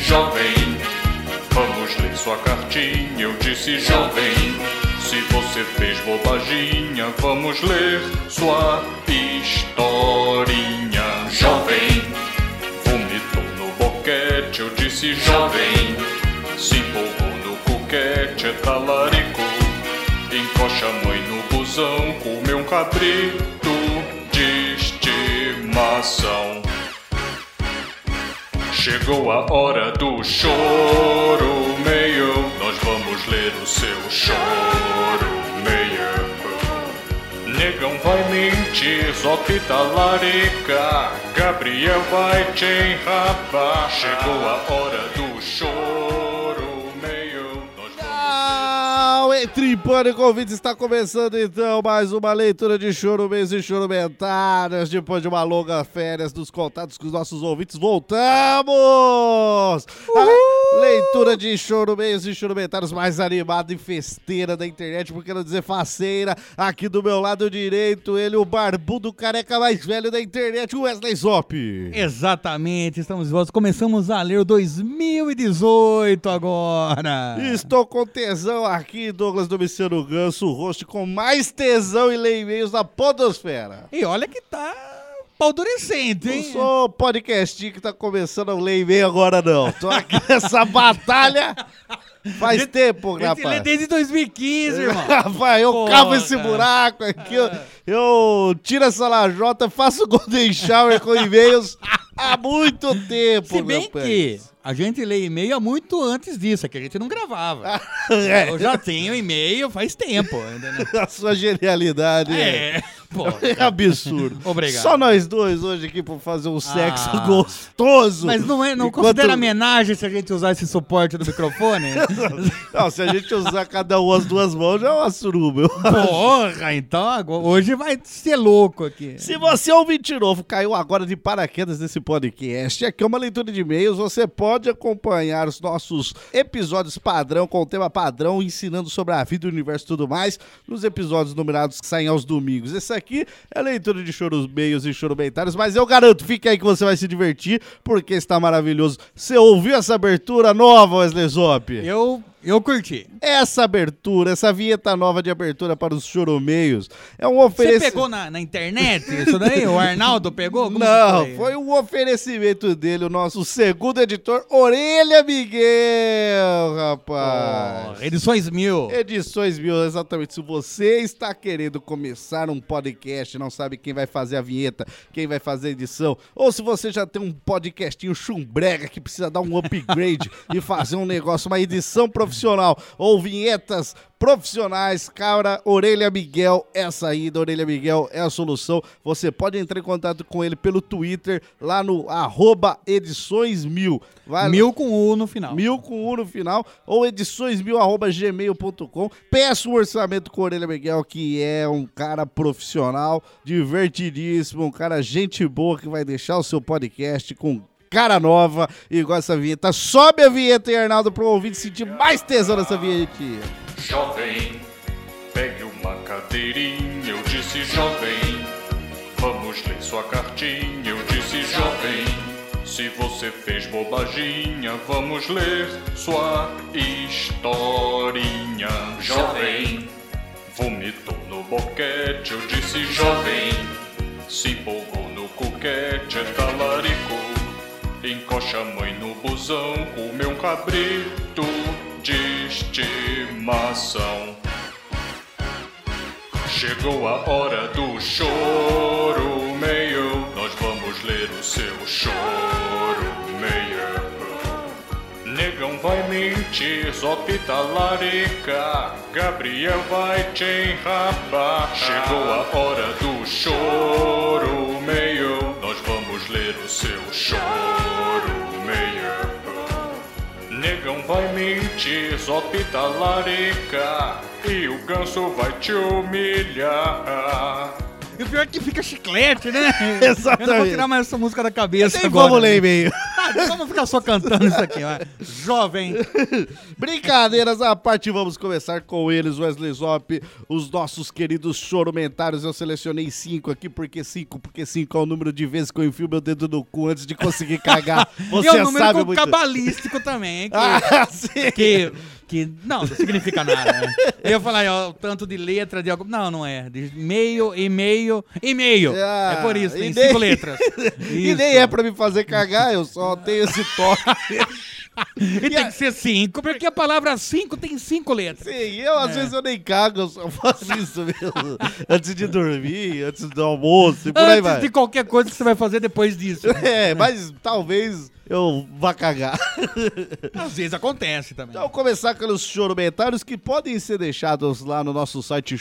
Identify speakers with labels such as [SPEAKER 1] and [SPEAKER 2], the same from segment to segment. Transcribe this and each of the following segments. [SPEAKER 1] jovem, vamos ler sua cartinha. Eu disse, jovem, se você fez bobaginha, vamos ler sua historinha. Jovem, vomitou no boquete. Eu disse, jovem, se empolgou no coquete, é talarico. Encoxa a mãe no busão, comeu um cabrito de estimação. Chegou a hora do choro meio. Nós vamos ler o seu choro meio. Negão vai mentir, Zopita larica. Gabriel vai te enrabar. Chegou a hora do choro meio. Nós vamos...
[SPEAKER 2] Tchau, entre em pânico, ouvintes, está começando então mais uma leitura de choro mês e choro mentárias, depois de uma longa férias dos contatos com os nossos ouvintes, voltamos! A leitura de choro mês e choro mentários mais animada e festeira da internet, por que não dizer faceira, aqui do meu lado direito, ele, o barbudo careca mais velho da internet, o Wesley Zop.
[SPEAKER 3] Exatamente, estamos de volta. Começamos a ler o 2018 agora.
[SPEAKER 2] Estou com tesão aqui, Douglas Domiciano Ganso, o host com mais tesão e leio e-mails da Podosfera.
[SPEAKER 3] E olha que tá paldurecente,
[SPEAKER 2] Não
[SPEAKER 3] hein?
[SPEAKER 2] sou o podcast que tá começando a ler e-mail agora, não. Tô aqui nessa batalha faz tempo,
[SPEAKER 3] A gente lê
[SPEAKER 2] rapaz.
[SPEAKER 3] desde 2015, irmão.
[SPEAKER 2] Rapaz, eu
[SPEAKER 3] Porra. Ah.
[SPEAKER 2] cavo esse buraco aqui, eu, eu tiro essa lajota, faço golden shower com e-mails há muito tempo,
[SPEAKER 3] Se bem
[SPEAKER 2] meu
[SPEAKER 3] que
[SPEAKER 2] pés.
[SPEAKER 3] a gente lê e-mail há muito antes disso, é que a gente não gravava.
[SPEAKER 2] É,
[SPEAKER 3] Eu já tenho e-mail faz tempo. entendeu?
[SPEAKER 2] a sua genialidade é,
[SPEAKER 3] É, pô.
[SPEAKER 2] é absurdo.
[SPEAKER 3] Obrigado. Ah.
[SPEAKER 2] Só nós dois hoje aqui por fazer um sexo gostoso.
[SPEAKER 3] Mas não, é, não
[SPEAKER 2] Enquanto-
[SPEAKER 3] considera homenagem se a gente usar esse suporte do microfone?
[SPEAKER 2] Não, se a gente usar cada um as duas mãos, já é uma suruba. eu
[SPEAKER 3] Porra, então agora, hoje vai ser louco aqui.
[SPEAKER 2] Se você é um mentiroso, caiu agora de paraquedas nesse podcast, aqui é uma leitura de e-mails. Você pode acompanhar os nossos episódios padrão, com o tema padrão, ensinando sobre a vida, o universo e tudo mais, nos episódios numerados que saem aos domingos. Esse aqui é leitura de choros meios e choromentários, mas eu garanto, fique aí que você vai se divertir, porque está maravilhoso. Você ouviu essa abertura nova, Wesley Zop?
[SPEAKER 3] Eu, eu curti.
[SPEAKER 2] Essa abertura, essa vinheta nova de abertura para os choromeios, é um
[SPEAKER 3] Você
[SPEAKER 2] oferecimento...
[SPEAKER 3] pegou na, na internet isso daí? O Arnaldo pegou? Como
[SPEAKER 2] Não,
[SPEAKER 3] que
[SPEAKER 2] foi um oferecimento dele, o nosso segundo editor, Orelha Miguel, rapaz.
[SPEAKER 3] Porra, edições mil.
[SPEAKER 2] Edições mil, exatamente. Se você está querendo começar um podcast, não sabe quem vai fazer a vinheta, quem vai fazer a edição, ou se você já tem um podcastinho chumbrega que precisa dar um upgrade e fazer um negócio, uma edição profissional, ou vinhetas profissionais, cara, Orelha Miguel é a saída, Orelha Miguel é a solução. Você pode entrar em contato com ele pelo Twitter, lá no arroba edições mil. Vai
[SPEAKER 3] Mil com U no final.
[SPEAKER 2] Mil com U no final, ou edições mil arroba gmail.com. Peça um orçamento com o Orelha Miguel, que é um cara profissional, divertidíssimo, um cara gente boa que vai deixar o seu podcast com cara nova, igual essa vinheta. Sobe a vinheta, hein, Arnaldo, pro ouvinte sentir mais tesão nessa vinheta.
[SPEAKER 1] Jovem, pegue uma cadeirinha. Eu disse, jovem, vamos ler sua cartinha. Eu disse, jovem, se você fez bobaginha, vamos ler sua historinha. Jovem, vomitou no boquete. Eu disse, jovem, se empolgou no coquete, é talarico. Encoxa a mãe no busão, comeu um cabrito de estimação. Chegou a hora do choro meio, nós vamos ler o seu choro meio. Negão vai mentir, Zopita larica, Gabriel vai te enrabar. Chegou a hora do choro meio, nós vamos ler o seu choro meio. Negão vai mentir, Zopita larica, e o ganso vai te humilhar.
[SPEAKER 3] E o pior é que fica chiclete, né?
[SPEAKER 2] Exatamente.
[SPEAKER 3] Eu não vou tirar mais essa música da cabeça
[SPEAKER 2] Tem
[SPEAKER 3] agora.
[SPEAKER 2] como ler e-mail.
[SPEAKER 3] Ah, Para! Vamos ficar só cantando isso aqui, vai. Jovem. é
[SPEAKER 2] Brincadeiras à parte, vamos começar com eles, Wesley Zop, os nossos queridos chorumentários. Eu selecionei cinco aqui, porque cinco, porque cinco é o número de vezes que eu enfio meu dedo no cu antes de conseguir cagar. Você
[SPEAKER 3] e é um número
[SPEAKER 2] sabe
[SPEAKER 3] com-
[SPEAKER 2] muito.
[SPEAKER 3] cabalístico também, hein? Que,
[SPEAKER 2] Ah, sim.
[SPEAKER 3] que, que- não, não significa nada, né? Eu ia falar, ó, tanto de letra, de algum... Não, não é. De meio, e-mail, e-mail.
[SPEAKER 2] Ah,
[SPEAKER 3] é por isso, tem
[SPEAKER 2] e nem-
[SPEAKER 3] cinco letras.
[SPEAKER 2] E nem é pra me fazer cagar, eu só tenho esse toque.
[SPEAKER 3] E
[SPEAKER 2] a-
[SPEAKER 3] tem que ser cinco, porque a palavra cinco tem cinco letras.
[SPEAKER 2] Sim, eu
[SPEAKER 3] É.
[SPEAKER 2] às vezes eu nem cago, eu só faço isso mesmo. antes de dormir, antes do almoço e por aí vai.
[SPEAKER 3] Antes de qualquer coisa que você vai fazer depois disso.
[SPEAKER 2] É, mas talvez eu vá cagar.
[SPEAKER 3] Às vezes acontece também.
[SPEAKER 2] Então, começar pelos chorumentários que podem ser deixados lá no nosso site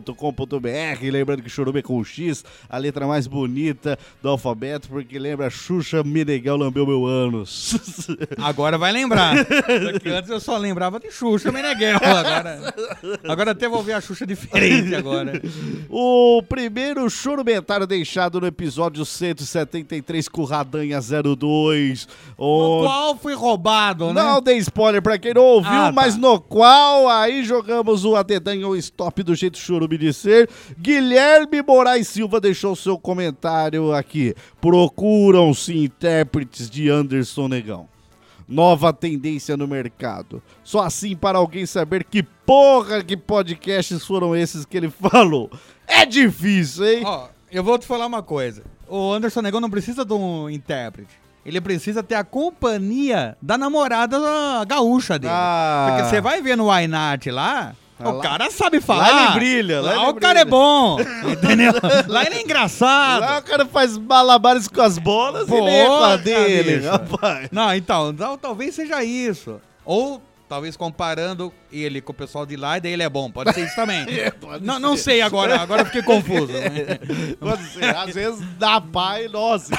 [SPEAKER 2] chorume.com.br. Lembrando que chorume é com X, a letra mais bonita do alfabeto, porque lembra Xuxa Meneghel lambeu meu ânus.
[SPEAKER 3] Agora vai lembrar. Porque antes eu só lembrava de Xuxa Meneghel. Agora, agora até vou ver a Xuxa diferente agora.
[SPEAKER 2] o primeiro chorumentário deixado no episódio 173 com Radanha 02.
[SPEAKER 3] O
[SPEAKER 2] Onde...
[SPEAKER 3] qual foi roubado, né?
[SPEAKER 2] Não dei spoiler pra quem não ouviu,
[SPEAKER 3] Ah, tá.
[SPEAKER 2] mas no qual aí jogamos o Adedanha ou Stop do jeito churume de ser. Guilherme Moraes Silva deixou seu comentário aqui. Procuram-se intérpretes de Anderson Negão. Nova tendência no mercado. Só assim para alguém saber que porra que podcasts foram esses que ele falou. É difícil, hein?
[SPEAKER 3] Ó, eu vou te falar uma coisa. O Anderson Negão não precisa de um intérprete. Ele precisa ter a companhia da namorada gaúcha dele.
[SPEAKER 2] Ah.
[SPEAKER 3] Porque você é vai ver no Wainart lá,
[SPEAKER 2] Ah,
[SPEAKER 3] o
[SPEAKER 2] lá-
[SPEAKER 3] cara sabe falar.
[SPEAKER 2] lá ele brilha, lá
[SPEAKER 3] Lá,
[SPEAKER 2] ele
[SPEAKER 3] o cara é
[SPEAKER 2] brilha.
[SPEAKER 3] bom, entendeu? lá ele é engraçado.
[SPEAKER 2] Lá Ah, o cara faz malabares com as bolas e nem é com a
[SPEAKER 3] Porra,
[SPEAKER 2] dele,
[SPEAKER 3] bicho.
[SPEAKER 2] rapaz.
[SPEAKER 3] Não, então, tal- talvez seja isso. Ou talvez comparando ele com o pessoal de lá, e daí ele é bom. Pode ser isso também.
[SPEAKER 2] É, pode É,
[SPEAKER 3] não, não sei agora, agora eu fiquei confuso. né?
[SPEAKER 2] Pode ser. Às vezes dá pai, nossa. né?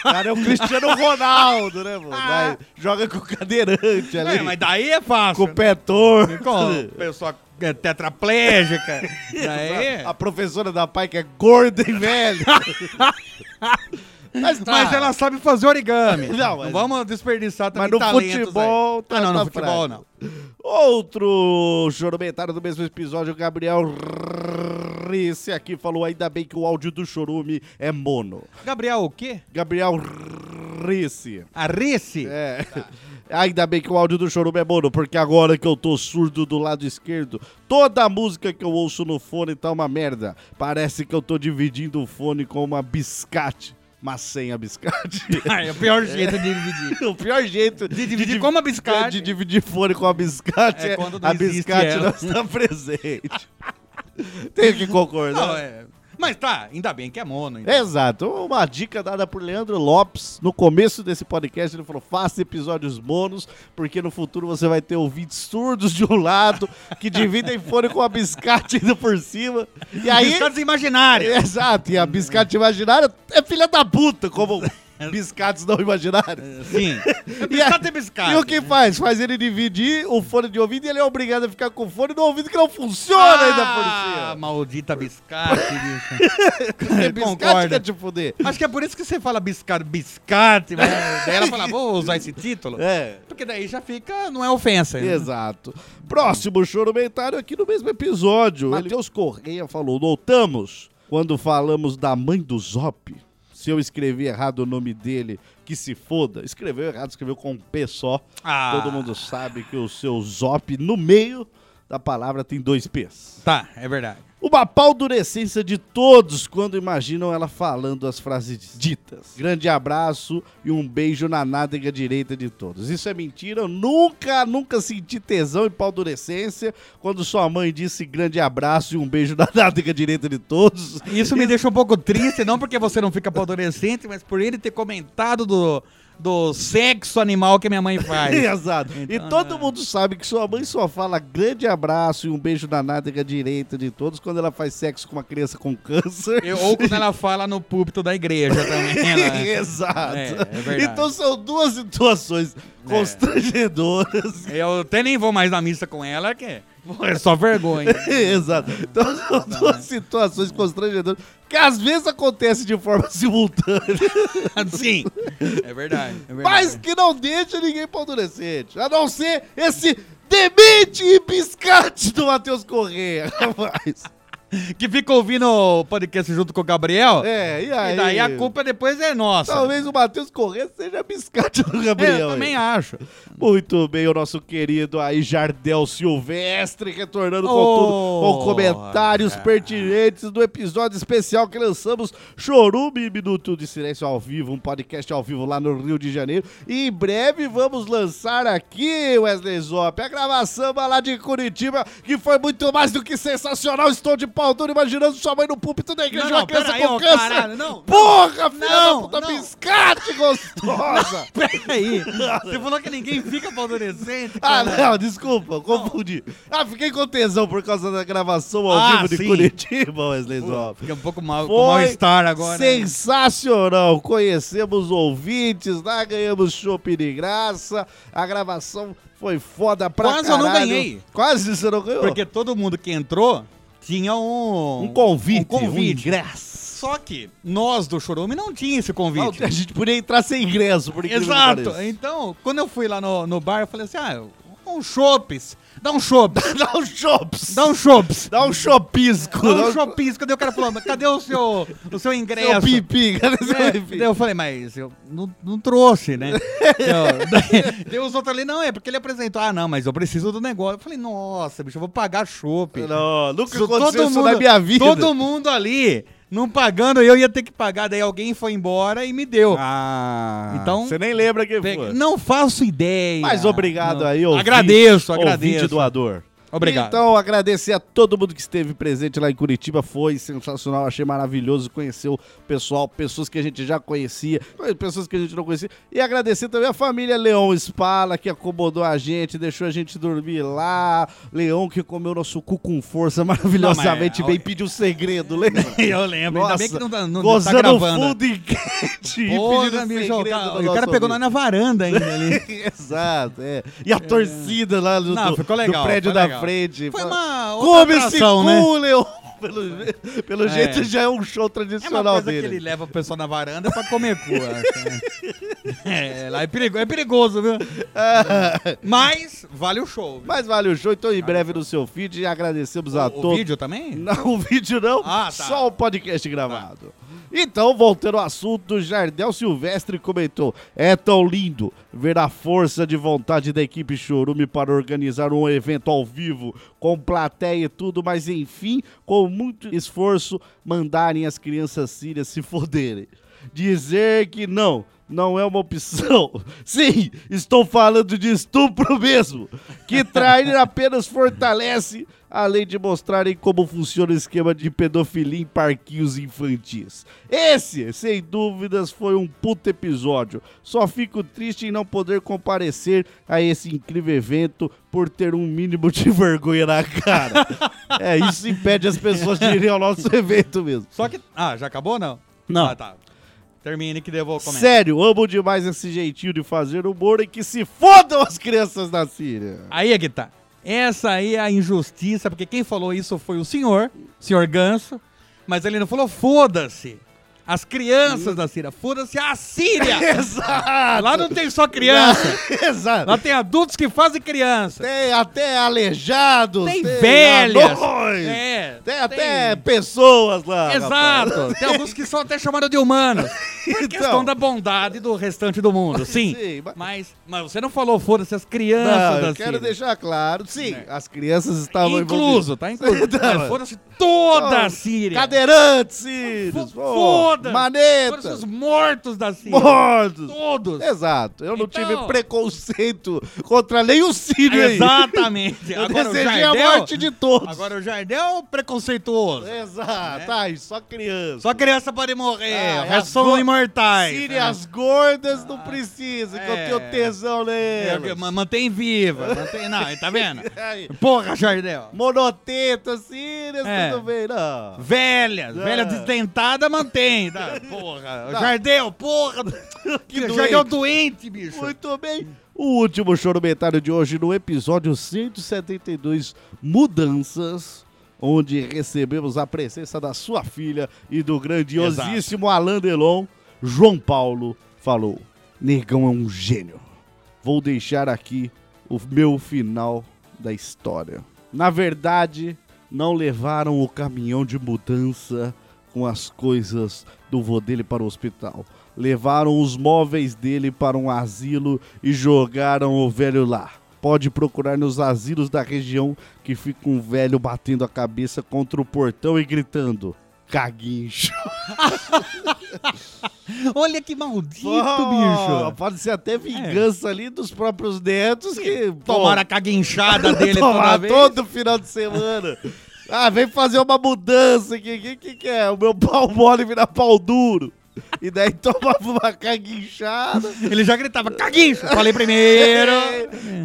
[SPEAKER 2] O cara é o Cristiano Ronaldo, né, mano?
[SPEAKER 3] Ah.
[SPEAKER 2] Joga com o cadeirante ali.
[SPEAKER 3] É, mas daí é fácil.
[SPEAKER 2] Com o pé torto.
[SPEAKER 3] Com pessoa é, tetraplégica. daí... é.
[SPEAKER 2] A, a professora da pai que é gorda e velha. mas, tá.
[SPEAKER 3] Mas ela sabe fazer origami.
[SPEAKER 2] Não, mas-
[SPEAKER 3] vamos desperdiçar também
[SPEAKER 2] Mas no
[SPEAKER 3] talentos aí.
[SPEAKER 2] futebol tá-
[SPEAKER 3] Ah, não,
[SPEAKER 2] tá
[SPEAKER 3] no futebol
[SPEAKER 2] fraco.
[SPEAKER 3] não.
[SPEAKER 2] Outro chorumentário do mesmo episódio, Gabriel Risse aqui falou, ainda bem que o áudio do chorume é mono.
[SPEAKER 3] Gabriel, o quê?
[SPEAKER 2] Gabriel Risse.
[SPEAKER 3] A Rice?
[SPEAKER 2] É. Ainda bem que o áudio do Chorume é mono, porque agora que eu tô surdo do lado esquerdo, toda a música que eu ouço no fone tá uma merda. Parece que eu tô dividindo o fone com uma biscate, mas sem a biscate.
[SPEAKER 3] Ah, é o pior jeito de dividir.
[SPEAKER 2] o pior jeito
[SPEAKER 3] De dividir como a biscate.
[SPEAKER 2] de dividir fone com a biscate
[SPEAKER 3] É
[SPEAKER 2] é,
[SPEAKER 3] quando não
[SPEAKER 2] a
[SPEAKER 3] existe
[SPEAKER 2] biscate
[SPEAKER 3] ela.
[SPEAKER 2] não está presente. Tenho que concordar.
[SPEAKER 3] Não, é. Mas tá, ainda bem que é mono. então.
[SPEAKER 2] Exato. Uma dica dada por Leandro Lopes no começo desse podcast. Ele falou: faça episódios bônus, porque no futuro você vai ter ouvintes surdos de um lado que dividem fone com a biscate indo por cima. E aí.
[SPEAKER 3] Biscates imaginários.
[SPEAKER 2] Exato. E a biscate imaginária é filha da puta, como biscates não imaginários.
[SPEAKER 3] Sim.
[SPEAKER 2] E, a-
[SPEAKER 3] Biscate é biscate.
[SPEAKER 2] e o que faz? Faz ele dividir o fone de ouvido e ele é obrigado a ficar com o fone do ouvido que não funciona
[SPEAKER 3] Ah,
[SPEAKER 2] ainda
[SPEAKER 3] maldita biscate,
[SPEAKER 2] por cima. É
[SPEAKER 3] bicho.
[SPEAKER 2] biscate que é
[SPEAKER 3] Concorda.
[SPEAKER 2] te fuder.
[SPEAKER 3] Acho que é por isso que você fala biscate, biscate. Mas daí ela fala, vou usar esse título.
[SPEAKER 2] É.
[SPEAKER 3] Porque daí já fica, não é ofensa. né?
[SPEAKER 2] Exato. Próximo chorumentário aqui no mesmo episódio. Matheus Correia falou: Voltamos quando falamos da mãe do Zop. Se eu escrevi errado o nome dele, que se foda. Escreveu errado, escreveu com um P só.
[SPEAKER 3] Ah.
[SPEAKER 2] Todo mundo sabe que o seu Zop no meio da palavra tem dois P's.
[SPEAKER 3] Tá, é verdade.
[SPEAKER 2] Uma paldurecência de todos quando imaginam ela falando as frases ditas. Grande abraço e um beijo na nádega direita de todos. Isso é mentira, eu nunca, nunca senti tesão em paldurecência quando sua mãe disse grande abraço e um beijo na nádega direita de todos.
[SPEAKER 3] Isso me deixa um pouco triste, não porque você não fica pra adolescente, mas por ele ter comentado do, do sexo animal que minha mãe faz.
[SPEAKER 2] Exato. e
[SPEAKER 3] Então,
[SPEAKER 2] todo
[SPEAKER 3] é.
[SPEAKER 2] mundo sabe que sua mãe só fala grande abraço e um beijo na nádega direita de todos quando ela faz sexo com uma criança com câncer.
[SPEAKER 3] Eu- ou quando ela fala no púlpito da igreja também. ela-
[SPEAKER 2] Exato.
[SPEAKER 3] É, é verdade. É.
[SPEAKER 2] então são duas situações constrangedoras.
[SPEAKER 3] Eu até nem vou mais na missa com ela, que é só vergonha.
[SPEAKER 2] Exato. Então são duas situações constrangedoras que às vezes acontece de forma simultânea,
[SPEAKER 3] Sim. É verdade. é verdade.
[SPEAKER 2] mas que não deixa ninguém paldurecente. A não ser esse demente e biscate do Matheus Correia, rapaz.
[SPEAKER 3] que fica ouvindo o podcast junto com o Gabriel.
[SPEAKER 2] É, e aí?
[SPEAKER 3] E daí a culpa depois é nossa.
[SPEAKER 2] Talvez o Matheus Correia seja biscate do Gabriel.
[SPEAKER 3] É, eu também
[SPEAKER 2] aí.
[SPEAKER 3] acho.
[SPEAKER 2] Muito bem, o nosso querido aí Jardel Silvestre retornando com tudo, com
[SPEAKER 3] Ora.
[SPEAKER 2] comentários pertinentes do episódio especial que lançamos Chorume Minuto de Silêncio ao vivo, um podcast ao vivo lá no Rio de Janeiro. E em breve vamos lançar aqui, Wesley Zop, a gravação lá de Curitiba, que foi muito mais do que sensacional. Estou de pau duro imaginando sua mãe no púlpito da igreja,
[SPEAKER 3] Não, não,
[SPEAKER 2] uma criança
[SPEAKER 3] pera aí,
[SPEAKER 2] com
[SPEAKER 3] ô,
[SPEAKER 2] câncer.
[SPEAKER 3] caralho, não.
[SPEAKER 2] Porra, filha da
[SPEAKER 3] Não,
[SPEAKER 2] puta,
[SPEAKER 3] não.
[SPEAKER 2] biscate gostosa.
[SPEAKER 3] Peraí. Você falou que ninguém fica paldurecente.
[SPEAKER 2] Ah,
[SPEAKER 3] cara.
[SPEAKER 2] não, desculpa, eu confundi. Ah, fiquei com tesão por causa da gravação ao
[SPEAKER 3] Ah,
[SPEAKER 2] vivo de
[SPEAKER 3] sim.
[SPEAKER 2] Curitiba, Wesley Zop.
[SPEAKER 3] Fiquei um pouco mal, com
[SPEAKER 2] Foi
[SPEAKER 3] mal-estar agora. né?
[SPEAKER 2] sensacional. Conhecemos ouvintes lá, ganhamos chopp de graça. A gravação foi foda pra
[SPEAKER 3] Quase eu
[SPEAKER 2] caralho.
[SPEAKER 3] não ganhei.
[SPEAKER 2] Quase você não ganhou.
[SPEAKER 3] Porque todo mundo que entrou tinha um...
[SPEAKER 2] um convite,
[SPEAKER 3] Um convite.
[SPEAKER 2] ingresso.
[SPEAKER 3] Só que nós do Chorume não tinha esse
[SPEAKER 2] Não,
[SPEAKER 3] convite.
[SPEAKER 2] a gente podia entrar sem ingresso, por incrível que
[SPEAKER 3] Exato.
[SPEAKER 2] pareça.
[SPEAKER 3] Então, quando eu fui lá no, no bar, eu falei assim, ah, eu- um chopes. Dá um chopes.
[SPEAKER 2] Dá um chops.
[SPEAKER 3] Dá um chopes.
[SPEAKER 2] Dá um chopisco.
[SPEAKER 3] Dá um chopis. Cadê o cara falando? mas Cadê o seu, o seu
[SPEAKER 2] Seu
[SPEAKER 3] ingresso?
[SPEAKER 2] pipi, cadê seu
[SPEAKER 3] É,
[SPEAKER 2] pipi?
[SPEAKER 3] daí eu falei, mas eu não, não trouxe, né? eu, daí, daí os outros ali, não, é porque ele apresentou. Ah, não, mas eu preciso do negócio. Eu falei, nossa, bicho, eu vou pagar chope.
[SPEAKER 2] Não, nunca
[SPEAKER 3] Isso,
[SPEAKER 2] aconteceu isso na minha vida.
[SPEAKER 3] Todo mundo ali, não pagando, eu ia ter que pagar. Daí alguém foi embora e me deu.
[SPEAKER 2] Ah,
[SPEAKER 3] Então-
[SPEAKER 2] você nem lembra quem
[SPEAKER 3] Pe-
[SPEAKER 2] foi.
[SPEAKER 3] Não faço ideia.
[SPEAKER 2] Mas obrigado
[SPEAKER 3] Não.
[SPEAKER 2] aí, ouvinte,
[SPEAKER 3] Agradeço,
[SPEAKER 2] Ouvinte
[SPEAKER 3] agradeço.
[SPEAKER 2] doador.
[SPEAKER 3] Obrigado.
[SPEAKER 2] Então, agradecer a todo mundo que esteve presente lá em Curitiba. Foi sensacional, achei maravilhoso conhecer o pessoal, pessoas que a gente já conhecia, pessoas que a gente não conhecia. E agradecer também a família Leão Spala, que acomodou a gente, deixou a gente dormir lá. Leão que comeu nosso cu com força maravilhosamente
[SPEAKER 3] Não, mas-
[SPEAKER 2] bem, pediu segredo, lembra?
[SPEAKER 3] eu lembro, ainda bem que não tá, não tá
[SPEAKER 2] gozando
[SPEAKER 3] gravando.
[SPEAKER 2] fundo enquete e
[SPEAKER 3] Porra,
[SPEAKER 2] pedindo
[SPEAKER 3] bicho, o
[SPEAKER 2] segredo
[SPEAKER 3] cara,
[SPEAKER 2] do
[SPEAKER 3] o cara
[SPEAKER 2] nosso amigo.
[SPEAKER 3] pegou nós na varanda ainda ali.
[SPEAKER 2] Exato, é. E a torcida lá do,
[SPEAKER 3] Não,
[SPEAKER 2] do-
[SPEAKER 3] ficou
[SPEAKER 2] do
[SPEAKER 3] legal,
[SPEAKER 2] prédio
[SPEAKER 3] foi
[SPEAKER 2] da frente.
[SPEAKER 3] legal. Foi
[SPEAKER 2] Fala,
[SPEAKER 3] uma
[SPEAKER 2] Come
[SPEAKER 3] outra
[SPEAKER 2] esse
[SPEAKER 3] atração,
[SPEAKER 2] cu,
[SPEAKER 3] né?
[SPEAKER 2] Leon! Pelo, je- pelo jeito já é um show
[SPEAKER 3] É uma coisa
[SPEAKER 2] tradicional
[SPEAKER 3] que ele
[SPEAKER 2] dele.
[SPEAKER 3] leva o pessoal na varanda pra comer cu. eu acho, né? é, lá é perigo- é perigoso, viu? né? Mas vale o show.
[SPEAKER 2] Mas vale o show, então em breve no seu feed e agradecemos a
[SPEAKER 3] o,
[SPEAKER 2] todos.
[SPEAKER 3] vídeo também?
[SPEAKER 2] Não, o vídeo não,
[SPEAKER 3] Ah, tá.
[SPEAKER 2] só o podcast gravado. Então, voltando ao assunto, Jardel Silvestre comentou: É tão lindo ver a força de vontade da equipe Chorume para organizar um evento ao vivo, com plateia e tudo, mas enfim, com muito esforço, mandarem as crianças sírias se foderem. Dizer que não, não é uma opção. Sim, estou falando de estupro mesmo. Que trair apenas fortalece, além de mostrarem como funciona o esquema de pedofilia em parquinhos infantis. Esse, sem dúvidas, foi um puto episódio. Só fico triste em não poder comparecer a esse incrível evento por ter um mínimo de vergonha na cara. é, isso impede as pessoas de irem ao nosso evento mesmo.
[SPEAKER 3] Só que. Ah, já acabou ou não?
[SPEAKER 2] Não.
[SPEAKER 3] Ah, tá. Termine que daí eu vou comentar.
[SPEAKER 2] Sério, amo demais esse jeitinho de fazer humor e que se fodam as crianças da Síria.
[SPEAKER 3] Aí é que tá. Essa aí é a injustiça, porque quem falou isso foi o senhor, senhor Ganso, mas ele não falou foda-se. As crianças da Síria, foda-se a Síria!
[SPEAKER 2] Exato!
[SPEAKER 3] Lá não tem só Ah, criança,
[SPEAKER 2] Exato!
[SPEAKER 3] lá tem adultos que fazem criança.
[SPEAKER 2] Tem até aleijados,
[SPEAKER 3] Tem, velhas.
[SPEAKER 2] anões,
[SPEAKER 3] É,
[SPEAKER 2] tem até pessoas lá. rapaz.
[SPEAKER 3] Exato. Tem alguns que são até chamados de humanos. Por
[SPEAKER 2] Então.
[SPEAKER 3] questão da bondade do restante do mundo, sim.
[SPEAKER 2] Sim, mas-
[SPEAKER 3] mas... Mas, você não falou, foda-se, as crianças
[SPEAKER 2] Não,
[SPEAKER 3] da
[SPEAKER 2] eu quero
[SPEAKER 3] Síria. É.
[SPEAKER 2] deixar claro, sim, as crianças estavam
[SPEAKER 3] Incluso, tá incluso. Mas foda-se toda a Síria.
[SPEAKER 2] Cadeirantes, sírios,
[SPEAKER 3] Fo-
[SPEAKER 2] pô,
[SPEAKER 3] foda-se. Todos
[SPEAKER 2] manetas,
[SPEAKER 3] os mortos da Síria.
[SPEAKER 2] mortos. É,
[SPEAKER 3] Todos.
[SPEAKER 2] Exato, eu não
[SPEAKER 3] Então-
[SPEAKER 2] tive preconceito contra nenhum sírio aí.
[SPEAKER 3] Exatamente.
[SPEAKER 2] Eu
[SPEAKER 3] agora o
[SPEAKER 2] desejei
[SPEAKER 3] Jardel,
[SPEAKER 2] a morte de todos. É.
[SPEAKER 3] Agora o Jardel é um preconceituoso.
[SPEAKER 2] Exato, ai, só criança.
[SPEAKER 3] Só criança pode morrer.
[SPEAKER 2] Ah, é as
[SPEAKER 3] o
[SPEAKER 2] é
[SPEAKER 3] resto são
[SPEAKER 2] duas-
[SPEAKER 3] imortais.
[SPEAKER 2] Sírias gordas não precisa, que
[SPEAKER 3] Ah, É.
[SPEAKER 2] eu tenho tesão
[SPEAKER 3] É, porque
[SPEAKER 2] nelas.
[SPEAKER 3] ma- mantém viva. Mantém, não, tá vendo?
[SPEAKER 2] Ai,
[SPEAKER 3] Porra, Jardel.
[SPEAKER 2] Monoteta, sírias,
[SPEAKER 3] É.
[SPEAKER 2] tudo bem, não.
[SPEAKER 3] Velha,
[SPEAKER 2] Ah.
[SPEAKER 3] velha desdentada, mantém. Tá? Porra,
[SPEAKER 2] Tá.
[SPEAKER 3] Jardel, porra.
[SPEAKER 2] Que
[SPEAKER 3] Jardel doente, bicho.
[SPEAKER 2] Muito bem. O último choro metário de hoje no episódio 172, Mudanças. onde recebemos a presença da sua filha e do grandiosíssimo Alain Delon. João Paulo falou: Negão é um gênio. Vou deixar aqui o meu final da história. Na verdade, não levaram o caminhão de mudança com as coisas do vô dele para o hospital. Levaram os móveis dele para um asilo e jogaram o velho lá. Pode procurar nos asilos da região que fica um velho batendo a cabeça contra o portão e gritando: Caguincho.
[SPEAKER 3] Olha que maldito,
[SPEAKER 2] Pô,
[SPEAKER 3] bicho. É.
[SPEAKER 2] Pode ser até vingança ali dos próprios netos que pô,
[SPEAKER 3] Tomaram a caguinchada dele toda
[SPEAKER 2] tomar
[SPEAKER 3] vez.
[SPEAKER 2] todo final de semana. ah, vem fazer uma mudança aqui. O que, que, que é? O meu pau mole virar pau duro. E daí tomava uma caguinchada.
[SPEAKER 3] Ele já gritava, caguincho! Falei primeiro!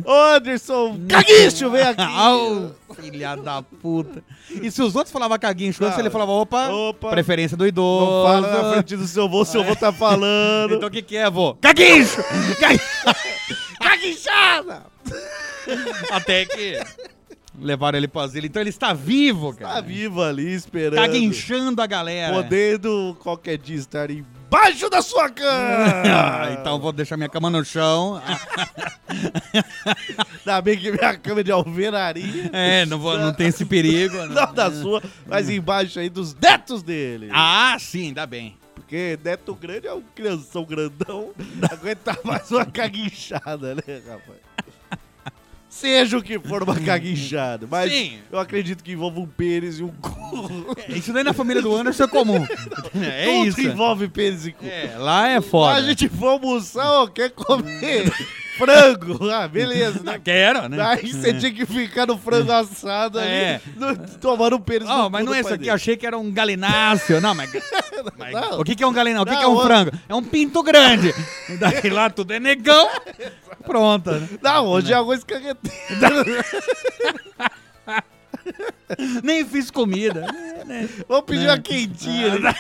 [SPEAKER 2] Ô, Anderson, caguincho, vem aqui.
[SPEAKER 3] Au, filha da puta. E se os outros falavam caguincho antes,
[SPEAKER 2] Não.
[SPEAKER 3] ele falava, opa,
[SPEAKER 2] Opa.
[SPEAKER 3] preferência do idoso.
[SPEAKER 2] Não fala na frente do seu vô, seu vô tá falando.
[SPEAKER 3] Então o que que é, vô? Caguincho! Ca-
[SPEAKER 2] Caguinchada!
[SPEAKER 3] Até que levaram ele pro asilo. Então ele está vivo,
[SPEAKER 2] Tá
[SPEAKER 3] cara.
[SPEAKER 2] vivo ali esperando.
[SPEAKER 3] Caguinchando a galera.
[SPEAKER 2] Podendo qualquer dia estar embaixo da sua
[SPEAKER 3] Ah,
[SPEAKER 2] cama.
[SPEAKER 3] então vou deixar minha cama no chão.
[SPEAKER 2] Ainda bem que minha cama é de alvenaria.
[SPEAKER 3] É, não, vou, não tem esse perigo. né?
[SPEAKER 2] Não da sua, mas embaixo aí dos netos dele.
[SPEAKER 3] É. Ah, sim, ainda bem.
[SPEAKER 2] Porque neto grande é um crianção grandão. Não aguenta mais uma caguinchada, né, rapaz? Seja o que for uma caguinchada. Mas
[SPEAKER 3] Sim.
[SPEAKER 2] eu acredito que envolve um pênis e um cu.
[SPEAKER 3] É, Isso daí na família do Anderson é comum. É
[SPEAKER 2] Tudo
[SPEAKER 3] isso.
[SPEAKER 2] envolve pênis e cu.
[SPEAKER 3] É, lá é foda.
[SPEAKER 2] A gente for almoçar ou quer comer frango? Ah, beleza.
[SPEAKER 3] Não
[SPEAKER 2] né?
[SPEAKER 3] quero, né?
[SPEAKER 2] Aí você tinha que ficar no frango assado ali,
[SPEAKER 3] É.
[SPEAKER 2] no- tomando um pênis
[SPEAKER 3] Ó,
[SPEAKER 2] no
[SPEAKER 3] mas
[SPEAKER 2] cu
[SPEAKER 3] não
[SPEAKER 2] do
[SPEAKER 3] é isso
[SPEAKER 2] pai
[SPEAKER 3] aqui,
[SPEAKER 2] dele.
[SPEAKER 3] eu achei que era um galináceo. Não, mas. mas-
[SPEAKER 2] Não.
[SPEAKER 3] O que, que é um galináceo? O que, que é
[SPEAKER 2] Não,
[SPEAKER 3] um
[SPEAKER 2] o-
[SPEAKER 3] frango? É um pinto grande. Daí lá tudo é negão. Pronto. né?
[SPEAKER 2] Não, hoje é arroz carreteiro.
[SPEAKER 3] Nem fiz comida. É, né?
[SPEAKER 2] Vamos pedir uma quentinha. né?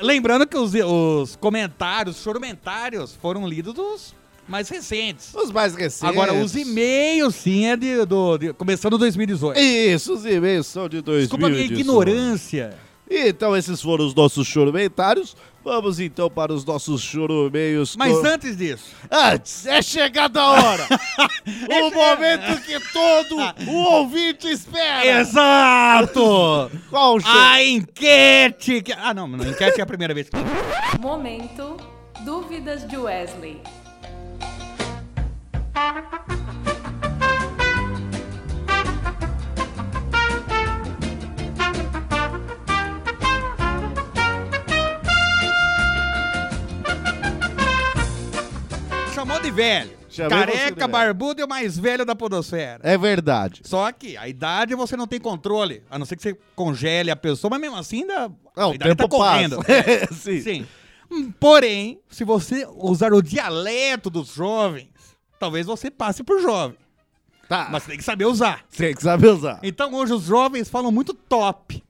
[SPEAKER 3] Lembrando que os, os comentários, os chorumentários foram lidos dos mais recentes.
[SPEAKER 2] Os mais recentes.
[SPEAKER 3] Agora, os e-mails, sim, é de, do, de, começando 2018.
[SPEAKER 2] Isso, os e-mails são de 2000.
[SPEAKER 3] Desculpa a minha ignorância.
[SPEAKER 2] Então, esses foram os nossos chorumentários. Vamos então para os nossos chorumeios.
[SPEAKER 3] Mas
[SPEAKER 2] com-
[SPEAKER 3] antes disso,
[SPEAKER 2] antes, é chegada a hora.
[SPEAKER 3] é-
[SPEAKER 2] o momento que todo o ouvinte espera.
[SPEAKER 3] Exato!
[SPEAKER 2] Qual o
[SPEAKER 3] A enquete! que- Ah, não, não, enquete é a primeira vez.
[SPEAKER 4] Momento Dúvidas de Wesley.
[SPEAKER 3] Chamou de velho.
[SPEAKER 2] Chamei você de
[SPEAKER 3] Careca,
[SPEAKER 2] velho.
[SPEAKER 3] barbudo e o mais velho da podosfera.
[SPEAKER 2] É verdade.
[SPEAKER 3] Só que a idade você não tem controle, a não ser que você congele a pessoa, mas mesmo assim ainda
[SPEAKER 2] Não,
[SPEAKER 3] a
[SPEAKER 2] É, o
[SPEAKER 3] idade
[SPEAKER 2] tempo
[SPEAKER 3] tá correndo.
[SPEAKER 2] passa. É Sim.
[SPEAKER 3] Sim. Hum, Porém, se você usar o dialeto dos jovens, talvez você passe por jovem.
[SPEAKER 2] Tá.
[SPEAKER 3] Mas você tem que saber usar.
[SPEAKER 2] Tem que saber usar.
[SPEAKER 3] Então hoje os jovens falam muito top.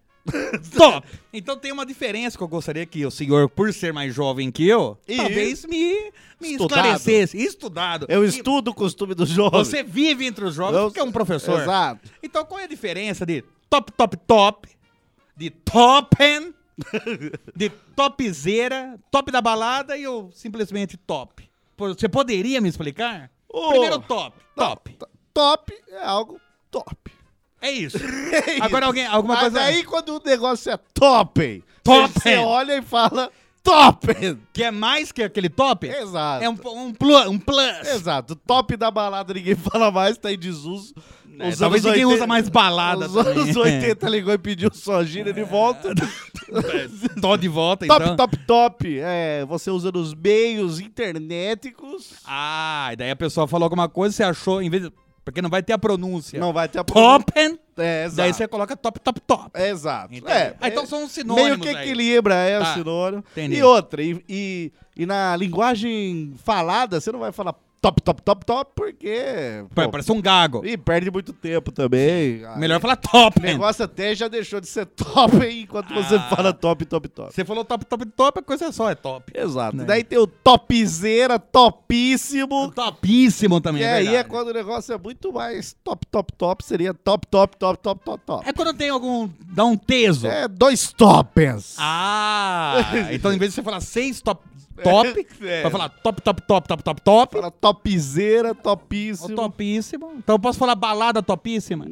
[SPEAKER 3] top! Então tem uma diferença que eu gostaria que o senhor, por ser mais jovem que eu,
[SPEAKER 2] E-
[SPEAKER 3] talvez me, me
[SPEAKER 2] Estudado.
[SPEAKER 3] esclarecesse. Estudado.
[SPEAKER 2] Eu
[SPEAKER 3] E
[SPEAKER 2] estudo o costume do jovem.
[SPEAKER 3] Você vive entre os jovens
[SPEAKER 2] Eu-
[SPEAKER 3] porque é um professor.
[SPEAKER 2] Exato.
[SPEAKER 3] Então qual é a diferença de top, top, top, de topen, de topzera, top da balada e o simplesmente top? Pô, Você poderia me explicar?
[SPEAKER 2] Ô,
[SPEAKER 3] Primeiro top,
[SPEAKER 2] não,
[SPEAKER 3] top.
[SPEAKER 2] t- Top é algo top.
[SPEAKER 3] É isso.
[SPEAKER 2] É isso.
[SPEAKER 3] Agora alguém, alguma
[SPEAKER 2] Mas
[SPEAKER 3] coisa...
[SPEAKER 2] aí quando o negócio é top,
[SPEAKER 3] Top.
[SPEAKER 2] você olha e fala top.
[SPEAKER 3] Que é mais que aquele top?
[SPEAKER 2] Exato.
[SPEAKER 3] É um, um, plu- um plus.
[SPEAKER 2] Exato. Top da balada ninguém fala mais, tá em desuso.
[SPEAKER 3] É,
[SPEAKER 2] Os
[SPEAKER 3] talvez
[SPEAKER 2] anos
[SPEAKER 3] ninguém usa mais balada
[SPEAKER 2] Os
[SPEAKER 3] também. É.
[SPEAKER 2] anos 80 ligou e pediu só gira de volta.
[SPEAKER 3] Tô de volta,
[SPEAKER 2] top,
[SPEAKER 3] então.
[SPEAKER 2] top, top. É, você usa nos meios internéticos.
[SPEAKER 3] Ah, e daí a pessoa falou alguma coisa, você achou, em vez de... Porque não vai ter a pronúncia.
[SPEAKER 2] Não vai ter a
[SPEAKER 3] Topen.
[SPEAKER 2] É, exato.
[SPEAKER 3] Ah, Daí você coloca top, top, top.
[SPEAKER 2] Exato.
[SPEAKER 3] Entendi.
[SPEAKER 2] É,
[SPEAKER 3] Ah, então
[SPEAKER 2] é-
[SPEAKER 3] são uns
[SPEAKER 2] Meio
[SPEAKER 3] sinônimos
[SPEAKER 2] que
[SPEAKER 3] aí.
[SPEAKER 2] equilibra, é
[SPEAKER 3] Tá.
[SPEAKER 2] o sinônimo.
[SPEAKER 3] Entendi.
[SPEAKER 2] E outra, e, e, e na linguagem falada, você não vai falar top, top, top, top, porque.
[SPEAKER 3] Pô,
[SPEAKER 2] pô,
[SPEAKER 3] Parece um gago.
[SPEAKER 2] E perde muito tempo também. Ah,
[SPEAKER 3] Melhor falar top,
[SPEAKER 2] O
[SPEAKER 3] hein?
[SPEAKER 2] negócio até já deixou de ser top hein, enquanto você
[SPEAKER 3] Ah.
[SPEAKER 2] fala top, top, top.
[SPEAKER 3] Você falou top, top, top, a coisa só é top.
[SPEAKER 2] Exato.
[SPEAKER 3] Né?
[SPEAKER 2] Daí tem o topzera, topíssimo.
[SPEAKER 3] Topíssimo também,
[SPEAKER 2] E
[SPEAKER 3] é
[SPEAKER 2] aí é
[SPEAKER 3] verdade.
[SPEAKER 2] quando o negócio é muito mais top, top, top. Seria top, top, top, top, top, top.
[SPEAKER 3] É quando tem algum... Dá um teso.
[SPEAKER 2] É dois topens.
[SPEAKER 3] Ah, então em vez de você falar seis top, top,
[SPEAKER 2] É.
[SPEAKER 3] vai falar top, top, top, top, top, top.
[SPEAKER 2] Fala topzera,
[SPEAKER 3] Ou
[SPEAKER 2] topíssimo.
[SPEAKER 3] topíssimo. Então eu posso falar balada topíssima?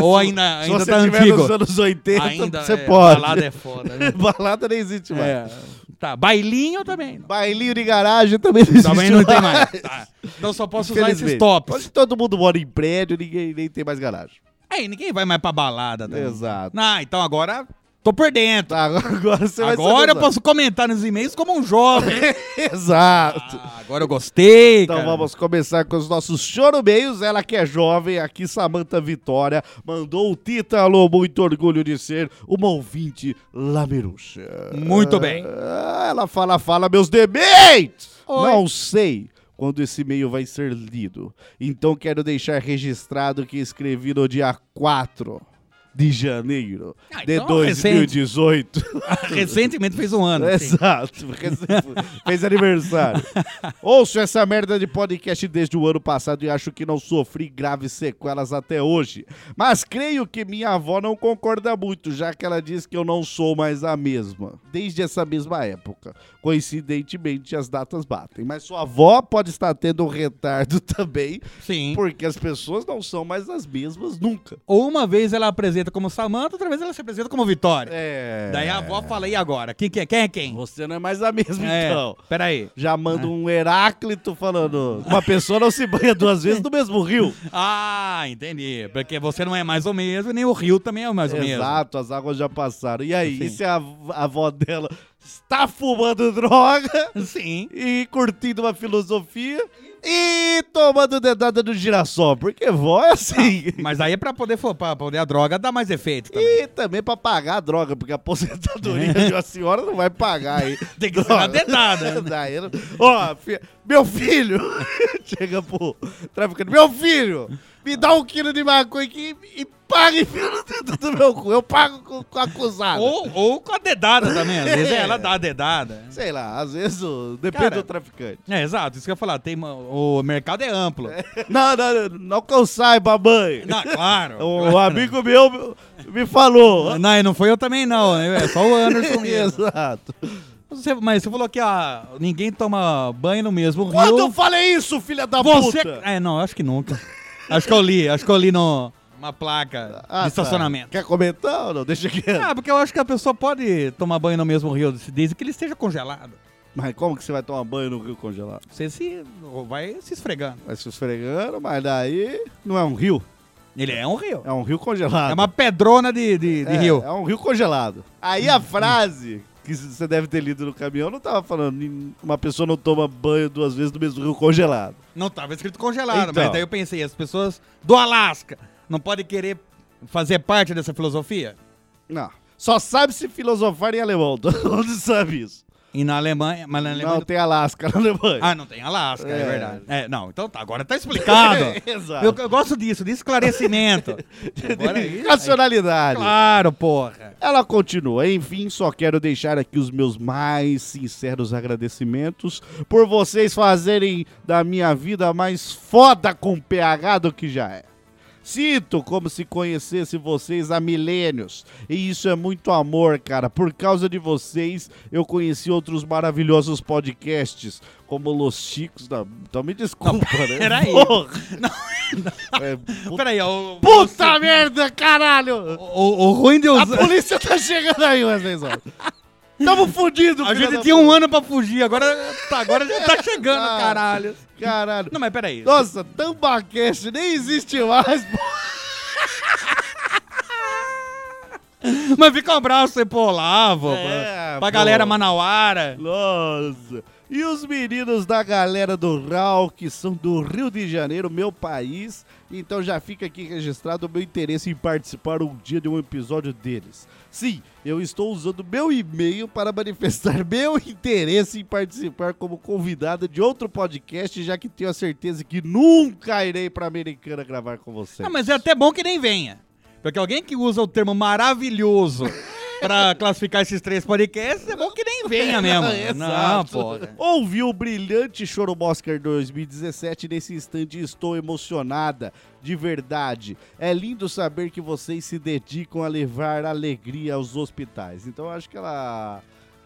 [SPEAKER 3] Ou ainda,
[SPEAKER 2] Se
[SPEAKER 3] ainda
[SPEAKER 2] você
[SPEAKER 3] tá
[SPEAKER 2] tiver
[SPEAKER 3] antigo?
[SPEAKER 2] nos anos 80,
[SPEAKER 3] ainda
[SPEAKER 2] você
[SPEAKER 3] é,
[SPEAKER 2] pode.
[SPEAKER 3] Balada é foda. Né?
[SPEAKER 2] Balada não existe mais.
[SPEAKER 3] É. Tá, bailinho também.
[SPEAKER 2] Bailinho de garagem também não existe
[SPEAKER 3] Também não tem mais. Tá. Então só posso usar esses
[SPEAKER 2] Infelizmente.
[SPEAKER 3] tops.
[SPEAKER 2] Hoje todo mundo mora em prédio, ninguém nem tem mais garagem.
[SPEAKER 3] Aí ninguém vai mais pra balada. Também.
[SPEAKER 2] Exato.
[SPEAKER 3] Ah, então agora tô por dentro.
[SPEAKER 2] Tá, agora, agora você vai
[SPEAKER 3] agora eu
[SPEAKER 2] saber usar.
[SPEAKER 3] posso comentar nos e-mails como um jovem.
[SPEAKER 2] Exato.
[SPEAKER 3] Ah, agora eu gostei,
[SPEAKER 2] Então
[SPEAKER 3] Ah, cara.
[SPEAKER 2] vamos começar com os nossos chorobeios. Ela que é jovem, aqui Samanta Vitória, mandou o título, muito orgulho de ser uma ouvinte lameruxa.
[SPEAKER 3] Muito bem.
[SPEAKER 2] Ah, Ela fala, fala, meus debates!
[SPEAKER 3] Oi.
[SPEAKER 2] Não sei quando esse e-mail vai ser lido. Então quero deixar registrado que escrevi no dia 4 de janeiro
[SPEAKER 3] Ah,
[SPEAKER 2] de
[SPEAKER 3] então é recente.
[SPEAKER 2] 2018.
[SPEAKER 3] Ah, Recentemente fez um ano. sim.
[SPEAKER 2] Exato, porque você fez aniversário. Ouço essa merda de podcast desde o ano passado e acho que não sofri graves sequelas até hoje. Mas creio que minha avó não concorda muito, já que ela diz que eu não sou mais a mesma, desde essa mesma época. Coincidentemente, as datas batem. Mas sua avó pode estar tendo um retardo também,
[SPEAKER 3] Sim.
[SPEAKER 2] porque as pessoas não são mais as mesmas nunca.
[SPEAKER 3] Ou uma vez ela apresenta como Samanta, outra vez ela se apresenta como Vitória.
[SPEAKER 2] É.
[SPEAKER 3] Daí a avó fala, e agora? Quem, que é? quem é quem?
[SPEAKER 2] Você não é mais a mesma,
[SPEAKER 3] É,
[SPEAKER 2] então.
[SPEAKER 3] peraí.
[SPEAKER 2] Já
[SPEAKER 3] É.
[SPEAKER 2] manda um Heráclito falando: uma pessoa não se banha duas vezes no mesmo rio.
[SPEAKER 3] Ah, entendi. Porque você não é mais ou mesmo, e nem o rio também é mais ou mesmo.
[SPEAKER 2] Exato, as águas já passaram. E aí,
[SPEAKER 3] Sim.
[SPEAKER 2] e se a, a avó dela está fumando droga
[SPEAKER 3] Sim.
[SPEAKER 2] e curtindo uma filosofia e tomando dedada no girassol? Porque vó é assim.
[SPEAKER 3] Mas aí é pra poder, fo- pra poder a droga dar mais efeito Ah, também. É.
[SPEAKER 2] E também pra pagar a droga, porque a aposentadoria de uma senhora não vai pagar aí.
[SPEAKER 3] Tem que ser na dedada, né?
[SPEAKER 2] Daí não- Ó, fi- meu filho! Chega pro traficante. Meu filho! Me dá um quilo de maconha aqui e e pague pelo dedo do meu cu. Eu pago com, com a acusada.
[SPEAKER 3] Ou, ou com a dedada também. Às vezes
[SPEAKER 2] É.
[SPEAKER 3] ela dá a dedada.
[SPEAKER 2] Sei lá, às vezes o- depende
[SPEAKER 3] Cara.
[SPEAKER 2] do traficante.
[SPEAKER 3] É, exato. Isso que eu ia falar. Tem, uma- o mercado é amplo.
[SPEAKER 2] Não, não, não, não que eu saiba, mãe.
[SPEAKER 3] Não, claro.
[SPEAKER 2] Um amigo meu me- me falou.
[SPEAKER 3] Não, e não foi eu também, não. É só o Anderson mesmo.
[SPEAKER 2] Exato.
[SPEAKER 3] Você- mas você falou que ah, ninguém toma banho no mesmo
[SPEAKER 2] Quando
[SPEAKER 3] rio.
[SPEAKER 2] eu falei isso, filha da
[SPEAKER 3] Você.
[SPEAKER 2] puta?
[SPEAKER 3] É, não, acho que nunca. acho que eu li, acho que eu li no, numa placa
[SPEAKER 2] Ah, tá.
[SPEAKER 3] de estacionamento.
[SPEAKER 2] Quer comentar ou não? Deixa quieto.
[SPEAKER 3] Ah, porque eu acho que a pessoa pode tomar banho no mesmo rio desde que ele esteja congelado.
[SPEAKER 2] Mas como que você vai tomar banho no rio congelado?
[SPEAKER 3] Você se vai se esfregando.
[SPEAKER 2] Vai se esfregando, mas daí não é um rio.
[SPEAKER 3] Ele é um rio.
[SPEAKER 2] É um rio congelado.
[SPEAKER 3] É uma pedrona de, de, de
[SPEAKER 2] É,
[SPEAKER 3] rio. Hum,
[SPEAKER 2] É um rio congelado. Aí a frase que você deve ter lido no caminhão não tava falando "Nin- uma pessoa não toma banho duas vezes no mesmo rio congelado.
[SPEAKER 3] Não tava escrito congelado,
[SPEAKER 2] Então.
[SPEAKER 3] mas daí eu pensei, as pessoas do Alasca não podem querer fazer parte dessa filosofia?
[SPEAKER 2] Não. Só sabe se filosofar em alemão. Todo mundo sabe isso.
[SPEAKER 3] E na Alemanha, mas na Alemanha
[SPEAKER 2] Não tem Alasca na Alemanha.
[SPEAKER 3] Ah, não tem Alasca, é,
[SPEAKER 2] É.
[SPEAKER 3] verdade. É, não, então tá, agora tá explicado.
[SPEAKER 2] Exato.
[SPEAKER 3] eu, eu gosto disso, de esclarecimento. Agora é aí-
[SPEAKER 2] Racionalidade.
[SPEAKER 3] Claro, porra.
[SPEAKER 2] Ela continua. Enfim, só quero deixar aqui os meus mais sinceros agradecimentos por vocês fazerem da minha vida mais foda com PH do que já é. Sinto como se conhecesse vocês há milênios. E isso é muito amor, cara. Por causa de vocês, eu conheci outros maravilhosos podcasts, como Los Chicos. da- Então me desculpa, né?
[SPEAKER 3] peraí.
[SPEAKER 2] Porra. É, puta
[SPEAKER 3] Peraí, o,
[SPEAKER 2] puta merda, caralho!
[SPEAKER 3] o, o ruim de
[SPEAKER 2] A
[SPEAKER 3] usar...
[SPEAKER 2] polícia tá chegando aí, Wesley Zó. Tamo fudido,
[SPEAKER 3] A
[SPEAKER 2] filho
[SPEAKER 3] gente
[SPEAKER 2] da
[SPEAKER 3] tinha
[SPEAKER 2] puta.
[SPEAKER 3] um ano pra fugir, agora, tá, agora já tá chegando,
[SPEAKER 2] Ah.
[SPEAKER 3] caralho.
[SPEAKER 2] Caralho.
[SPEAKER 3] Não, mas peraí.
[SPEAKER 2] Nossa, Tambaquest nem existe mais. pô.
[SPEAKER 3] Mas fica um abraço aí pro Olavo,
[SPEAKER 2] É,
[SPEAKER 3] pra, pra
[SPEAKER 2] pô.
[SPEAKER 3] galera manauara.
[SPEAKER 2] Nossa. E os meninos da galera do RAL, que são do Rio de Janeiro, meu país. Então já fica aqui registrado o meu interesse em participar um dia de um episódio deles. Sim, eu estou usando meu e-mail para manifestar meu interesse em participar como convidada de outro podcast, já que tenho a certeza que nunca irei para Americana gravar com vocês.
[SPEAKER 3] Ah, mas é até bom que nem venha. Porque alguém que usa o termo maravilhoso pra classificar esses três podcasts, é bom que nem venha mesmo. né? Não,
[SPEAKER 2] Exato.
[SPEAKER 3] pô.
[SPEAKER 2] Ouvi o brilhante Choro Oscar 2017 nesse instante e estou emocionada, de verdade. É lindo saber que vocês se dedicam a levar alegria aos hospitais. Então eu acho que ela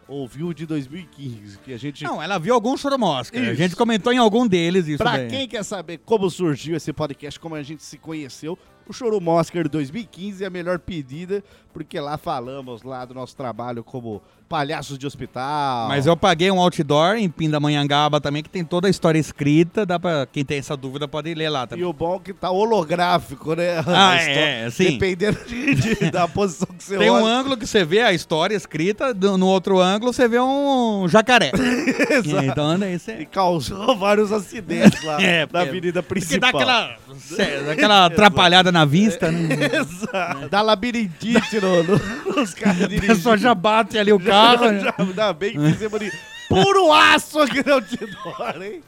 [SPEAKER 2] ouviu o de 2015, que a gente
[SPEAKER 3] Não, ela viu algum choromosca. A
[SPEAKER 2] Isso.
[SPEAKER 3] gente comentou em algum deles isso
[SPEAKER 2] Pra
[SPEAKER 3] daí.
[SPEAKER 2] quem quer saber como surgiu esse podcast, como a gente se conheceu, o Choro Moscar 2015 é a melhor pedida, porque lá falamos lá do nosso trabalho como palhaços de hospital.
[SPEAKER 3] Mas eu paguei um outdoor em Pindamonhangaba também, que tem toda a história escrita. Dá pra quem tem essa dúvida pode ler lá
[SPEAKER 2] E
[SPEAKER 3] também.
[SPEAKER 2] o bom é que tá holográfico, né?
[SPEAKER 3] Ah,
[SPEAKER 2] A
[SPEAKER 3] é,
[SPEAKER 2] história-
[SPEAKER 3] é, sim.
[SPEAKER 2] Dependendo de- de- da posição que você
[SPEAKER 3] Tem um
[SPEAKER 2] olha.
[SPEAKER 3] ângulo que você vê a história escrita, do- no outro ângulo você vê um jacaré.
[SPEAKER 2] Exato.
[SPEAKER 3] então, né, isso
[SPEAKER 2] E
[SPEAKER 3] é...
[SPEAKER 2] causou vários acidentes lá
[SPEAKER 3] É,
[SPEAKER 2] na
[SPEAKER 3] porque-
[SPEAKER 2] avenida
[SPEAKER 3] Porque
[SPEAKER 2] principal.
[SPEAKER 3] dá aquela, cê- dá aquela atrapalhada na vista, né?
[SPEAKER 2] Exato. Dá labirintite no, no, nos caras
[SPEAKER 3] A pessoa
[SPEAKER 2] dirigindo.
[SPEAKER 3] já bate ali o carro. né?
[SPEAKER 2] Já, ainda bem que fizemos de puro aço aqui no outdoor, hein?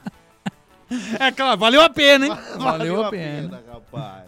[SPEAKER 3] É claro, valeu a pena, hein?
[SPEAKER 2] rapaz.